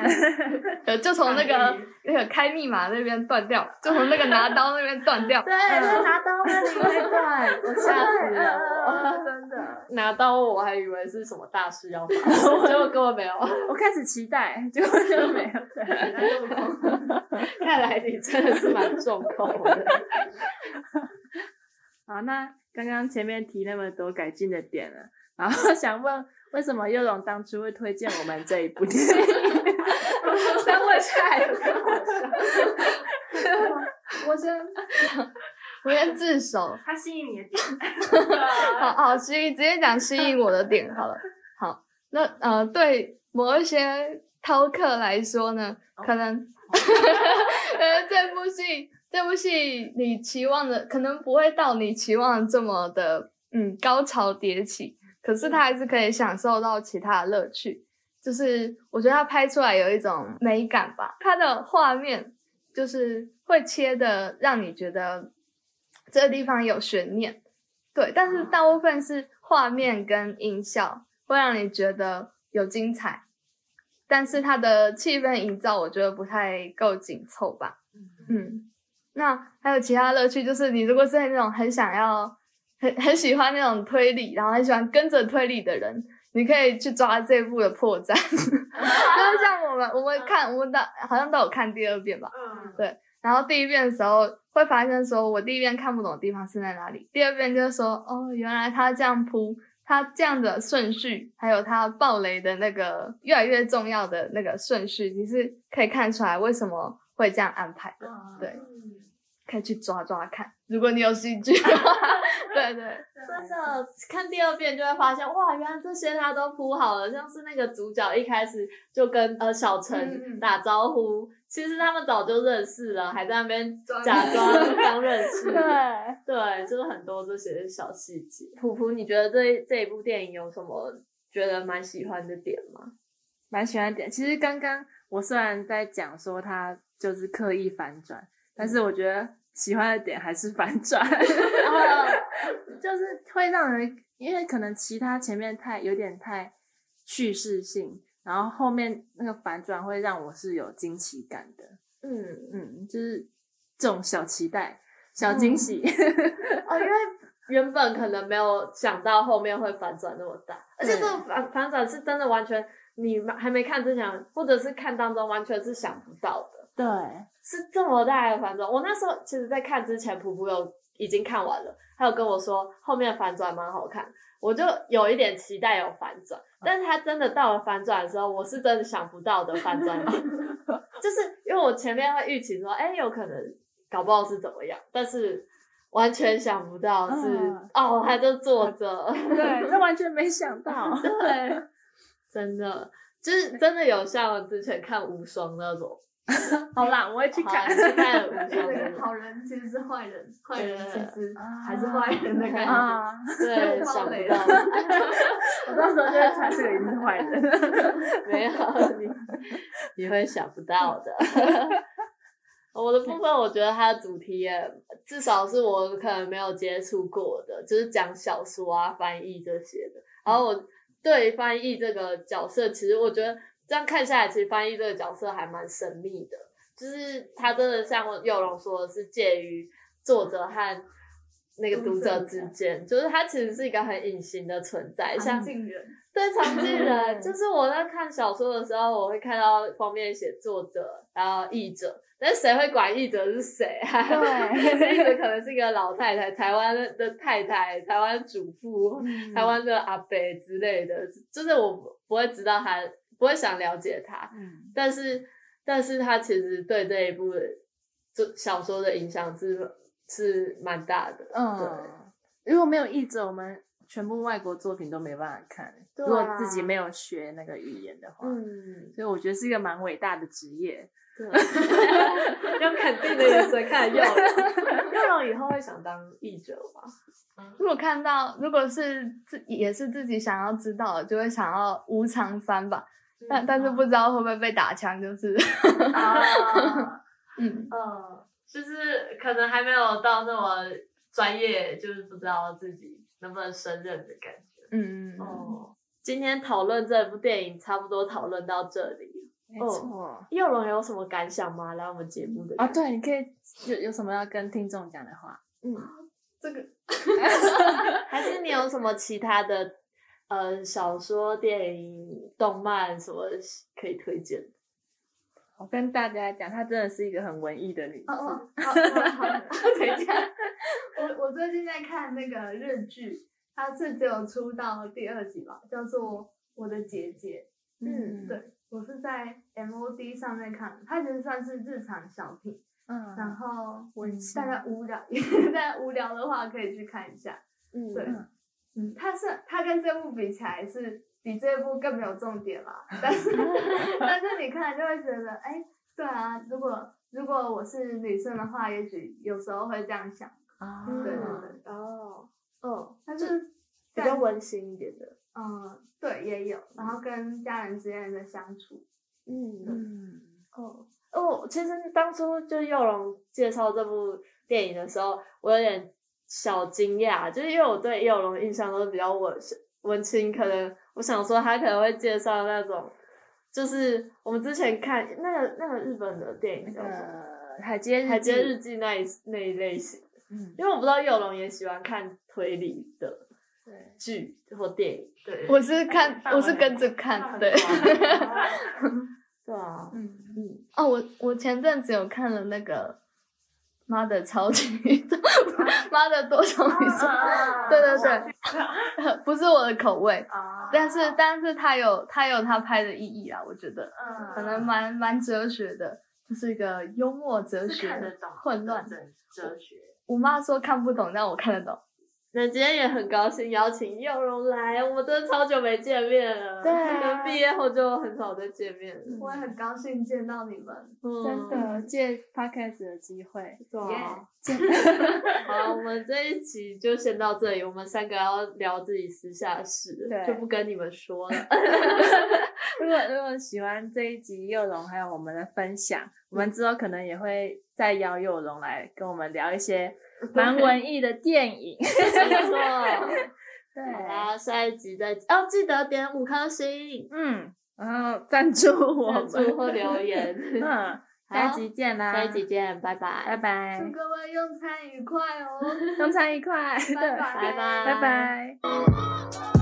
[SPEAKER 3] 呃，就从那个那个开密码那边断掉，就从那个拿刀那边断掉。
[SPEAKER 2] 对，就拿刀那 里那段，我吓死
[SPEAKER 3] 嗯
[SPEAKER 2] 了我。
[SPEAKER 1] 真的，
[SPEAKER 2] 拿刀我还以为是什么大事要发生，结果根本没有。
[SPEAKER 4] 我开始期待，结果就没有。
[SPEAKER 2] 看来你真的是蛮重口的。
[SPEAKER 4] 好，啊那刚刚前面提那么多改进的点了，然后想问，为什么佑荣当初会推荐我们这一部电影？再问下来有没有好笑
[SPEAKER 3] 我先，我先自首，
[SPEAKER 5] 他 吸引你的点，
[SPEAKER 3] 好好，失忆，直接讲吸引我的点好了。好，那呃，对某一些饕客来说呢，可能呃这部戏这部戏你期望的可能不会到你期望的这么的嗯高潮迭起，可是他还是可以享受到其他的乐趣。就是我觉得他拍出来有一种美感吧，他的画面就是会切的让你觉得这个地方有悬念，对，但是大部分是画面跟音效会让你觉得有精彩，但是它的气氛营造我觉得不太够紧凑吧。嗯，那还有其他乐趣，就是你如果是那种很想要、很很喜欢那种推理，然后很喜欢跟着推理的人，你可以去抓这部的破绽。
[SPEAKER 1] 啊
[SPEAKER 3] 就是像我们，我们看，我们的好像都有看第二遍吧。
[SPEAKER 5] 嗯，
[SPEAKER 3] 然后第一遍的时候会发现说，我第一遍看不懂的地方是在哪里，第二遍就是说，哦，原来他这样铺，他这样的顺序，还有他爆雷的那个越来越重要的那个顺序，你是可以看出来为什么会这样安排的，对，可以去抓抓看，如果你有兴趣的话， 对对，
[SPEAKER 2] 真的看第二遍就会发现，哇，原来这些他都铺好了。像是那个主角一开始就跟呃小
[SPEAKER 1] 嗯
[SPEAKER 2] 陈
[SPEAKER 1] 嗯
[SPEAKER 2] 打招呼，其实他们早就认识了，还在那边
[SPEAKER 1] 装
[SPEAKER 2] 假装刚认 识。
[SPEAKER 3] 对。
[SPEAKER 2] 对，就是很多这些小细节。普普，你觉得这这一部电影有什么觉得蛮喜欢的点 吗？
[SPEAKER 4] 蛮喜欢点。其实刚刚我虽然在讲说他就是刻意反转，但是我觉得喜欢的点还是反转，
[SPEAKER 2] 呃
[SPEAKER 4] 就是会让人，因为可能其他前面太有点太叙事性，然后后面那个反转会让我是有惊奇感的。
[SPEAKER 2] 嗯，
[SPEAKER 4] 嗯，就是这种小期待、小惊喜。
[SPEAKER 2] 哦，因为原本可能没有想到后面会反转那么大，而且这
[SPEAKER 4] 对
[SPEAKER 2] 种反反转是真的完全你还没看之前，或者是看当中完全是想不到的，
[SPEAKER 4] 对，
[SPEAKER 2] 是这么大的反转。我那时候其实，在看之前，普普有已经看完了，他有跟我说后面的反转蛮好看，我就有一点期待有反转，
[SPEAKER 4] 嗯
[SPEAKER 2] 但是他真的到了反转的时候，我是真的想不到的反 转点，就是因为我前面会预期说，哎、有可能搞不好是怎么样，但是完全想不到是、
[SPEAKER 4] 嗯
[SPEAKER 2] 哦，他就坐着，
[SPEAKER 4] 对，这完全没想 到。
[SPEAKER 2] 对， 真的就是真的有像我之前看无双那种，
[SPEAKER 4] 好啦，我会去
[SPEAKER 2] 好啊
[SPEAKER 4] 看
[SPEAKER 2] 你。去看无
[SPEAKER 1] 那
[SPEAKER 2] 双那
[SPEAKER 1] 个
[SPEAKER 2] 种，
[SPEAKER 1] 好人其实是坏人，坏人其
[SPEAKER 2] 对
[SPEAKER 1] 实还是坏人的感
[SPEAKER 3] 嗯
[SPEAKER 1] 觉。
[SPEAKER 4] 啊！
[SPEAKER 2] 对，
[SPEAKER 1] 爆
[SPEAKER 2] 想
[SPEAKER 1] 雷
[SPEAKER 2] 不
[SPEAKER 1] 了
[SPEAKER 2] 到。
[SPEAKER 4] 我到时候就会猜这个一定是坏人。
[SPEAKER 2] 没有你，你会想不到的。我的部分，我觉得它的主题也至少是我可能没有接触过的，就是讲小说啊、翻译这些的。然后我对翻译这个角色，其实我觉得这样看下来，其实翻译这个角色还蛮神秘的，就是他真的像佑荣说的是介于作者和那个读者之间，就是他其实是一个很隐形的存在，像
[SPEAKER 1] 常进人，
[SPEAKER 2] 对常见人，就是我在看小说的时候，我会看到封面写作者，然后译者，但是谁会管译者是谁啊？
[SPEAKER 3] 对
[SPEAKER 2] 译者可能是一个老太太，台湾的太太，台湾主妇，台湾的阿伯之类的，就是我不不会知道他，不会想了解他，
[SPEAKER 4] 嗯，
[SPEAKER 2] 但是但是他其实对这一部的就小说的影响是是蛮大的，
[SPEAKER 4] 嗯，如果没有译者，我们全部外国作品都没办法看。
[SPEAKER 2] 对啊
[SPEAKER 4] 如果自己没有学那个语言的话，
[SPEAKER 2] 嗯。
[SPEAKER 4] 所以我觉得是一个蛮伟大的职业。
[SPEAKER 2] 对，用肯定的眼 神看耀荣，耀荣以后会想当译者吗？
[SPEAKER 3] 如果看到，如果是自也是自己想要知道的，就会想要无偿翻吧，但但是不知道会不会被打枪，就是，
[SPEAKER 5] 啊，
[SPEAKER 3] 嗯，
[SPEAKER 5] 嗯，就是可能还没有到那么专业，就是不知道自己能不能胜任的感觉。
[SPEAKER 3] 嗯，
[SPEAKER 5] 哦，
[SPEAKER 2] 今天讨论这部电影，差不多讨论到这里。
[SPEAKER 4] 没
[SPEAKER 2] 错佑荣有什么感想吗？来我们节目的
[SPEAKER 4] 啊，对，你可以有有什么要跟听众讲的话？
[SPEAKER 1] 这个
[SPEAKER 2] 还是你有什么其他的呃小说、电影、动漫什么可以推荐？
[SPEAKER 4] 我跟大家讲，她真的是一个很文艺的女
[SPEAKER 3] 嗯
[SPEAKER 1] 哦
[SPEAKER 4] 子。
[SPEAKER 1] 哦，好，我好，等一下，我我最近在看那个日剧，它是只有出到第二集吧，叫做《我的姐姐》。
[SPEAKER 4] 嗯
[SPEAKER 1] 对，我是在 MOD 上面看的，它其实算是日常小品，然
[SPEAKER 4] 嗯，
[SPEAKER 1] 后
[SPEAKER 4] 温馨
[SPEAKER 1] 大家无聊， 大家 无聊的话可以去看一下。
[SPEAKER 2] 嗯
[SPEAKER 1] 对，嗯，它是它跟这部比起来是比这部更没有重 点啦。但是 但是你看就会觉得，哎、对啊，如果如果我是女生的话，也许有时候会这样想。
[SPEAKER 4] 啊
[SPEAKER 1] 对对
[SPEAKER 2] 嗯
[SPEAKER 1] 对，
[SPEAKER 2] 哦，嗯，
[SPEAKER 1] 但
[SPEAKER 2] 就是比较温馨一点的，
[SPEAKER 1] 嗯，对也有，然后跟家人之间的相处，
[SPEAKER 2] 嗯
[SPEAKER 4] 嗯，
[SPEAKER 2] 哦，哦，其实当初就是佑荣介绍这部电影的时候，我有点小惊讶，就是因为我对佑荣印象都是比较文文青，可能我想说他可能会介绍那种，就是我们之前看那个那个日本的电影
[SPEAKER 4] 那
[SPEAKER 2] 叫什么
[SPEAKER 4] 个海街
[SPEAKER 2] 《
[SPEAKER 4] 日
[SPEAKER 2] 海街
[SPEAKER 4] 记
[SPEAKER 2] 日记》那一那一类型，
[SPEAKER 4] 嗯，
[SPEAKER 2] 因为我不知道佑荣也喜欢看推理的
[SPEAKER 4] 对，
[SPEAKER 2] 剧或电影，
[SPEAKER 5] 对，
[SPEAKER 3] 我是看
[SPEAKER 5] 范，围
[SPEAKER 3] 我是跟着看，对。
[SPEAKER 2] 对啊，
[SPEAKER 4] 嗯，
[SPEAKER 2] 嗯，
[SPEAKER 3] 哦，我我前阵子有看了那个《妈的超级宇宙》《 妈的多重宇
[SPEAKER 1] 啊
[SPEAKER 3] 宙》对对对， 不是我的口味，
[SPEAKER 5] 啊，
[SPEAKER 3] 但是
[SPEAKER 1] 哦
[SPEAKER 3] 但是他有他有他拍的意义啊，我觉得
[SPEAKER 5] 嗯，
[SPEAKER 3] 可能蛮蛮哲学的，就是一个幽默哲
[SPEAKER 5] 是看得
[SPEAKER 3] 学
[SPEAKER 5] 懂
[SPEAKER 3] 混乱。
[SPEAKER 5] 的哲学，
[SPEAKER 3] 我妈说看不懂，但我看得懂。
[SPEAKER 2] 那今天也很高兴邀请佑荣来，我们真的超久没见面了，
[SPEAKER 3] 对啊
[SPEAKER 2] 可能毕业后就很少再见面了，
[SPEAKER 1] 我也很高兴见到你们，
[SPEAKER 2] 嗯
[SPEAKER 4] 嗯真的借 podcast 的机会，
[SPEAKER 2] 对啊
[SPEAKER 4] Yeah
[SPEAKER 2] 好，我们这一集就先到这里，我们三个要聊自己私下的事，
[SPEAKER 4] 对
[SPEAKER 2] 就不跟你们说了，
[SPEAKER 4] 如果如果喜欢这一集佑荣还有我们的分享，我们之后可能也会再邀佑荣来跟我们聊一些蛮文艺的电影。
[SPEAKER 2] 没 错。
[SPEAKER 4] 对
[SPEAKER 2] 好啊啦，下一集再哦，记得点五颗星，
[SPEAKER 4] 嗯，然后赞助我
[SPEAKER 2] 赞
[SPEAKER 4] 们，
[SPEAKER 2] 助或留言。
[SPEAKER 4] 嗯，下一集见啦，
[SPEAKER 2] 下一集，见，拜拜，
[SPEAKER 4] 拜拜
[SPEAKER 1] 祝，各位用餐愉快哦，
[SPEAKER 4] 用餐愉快，对，
[SPEAKER 1] 拜拜
[SPEAKER 2] 拜拜，
[SPEAKER 4] 拜拜。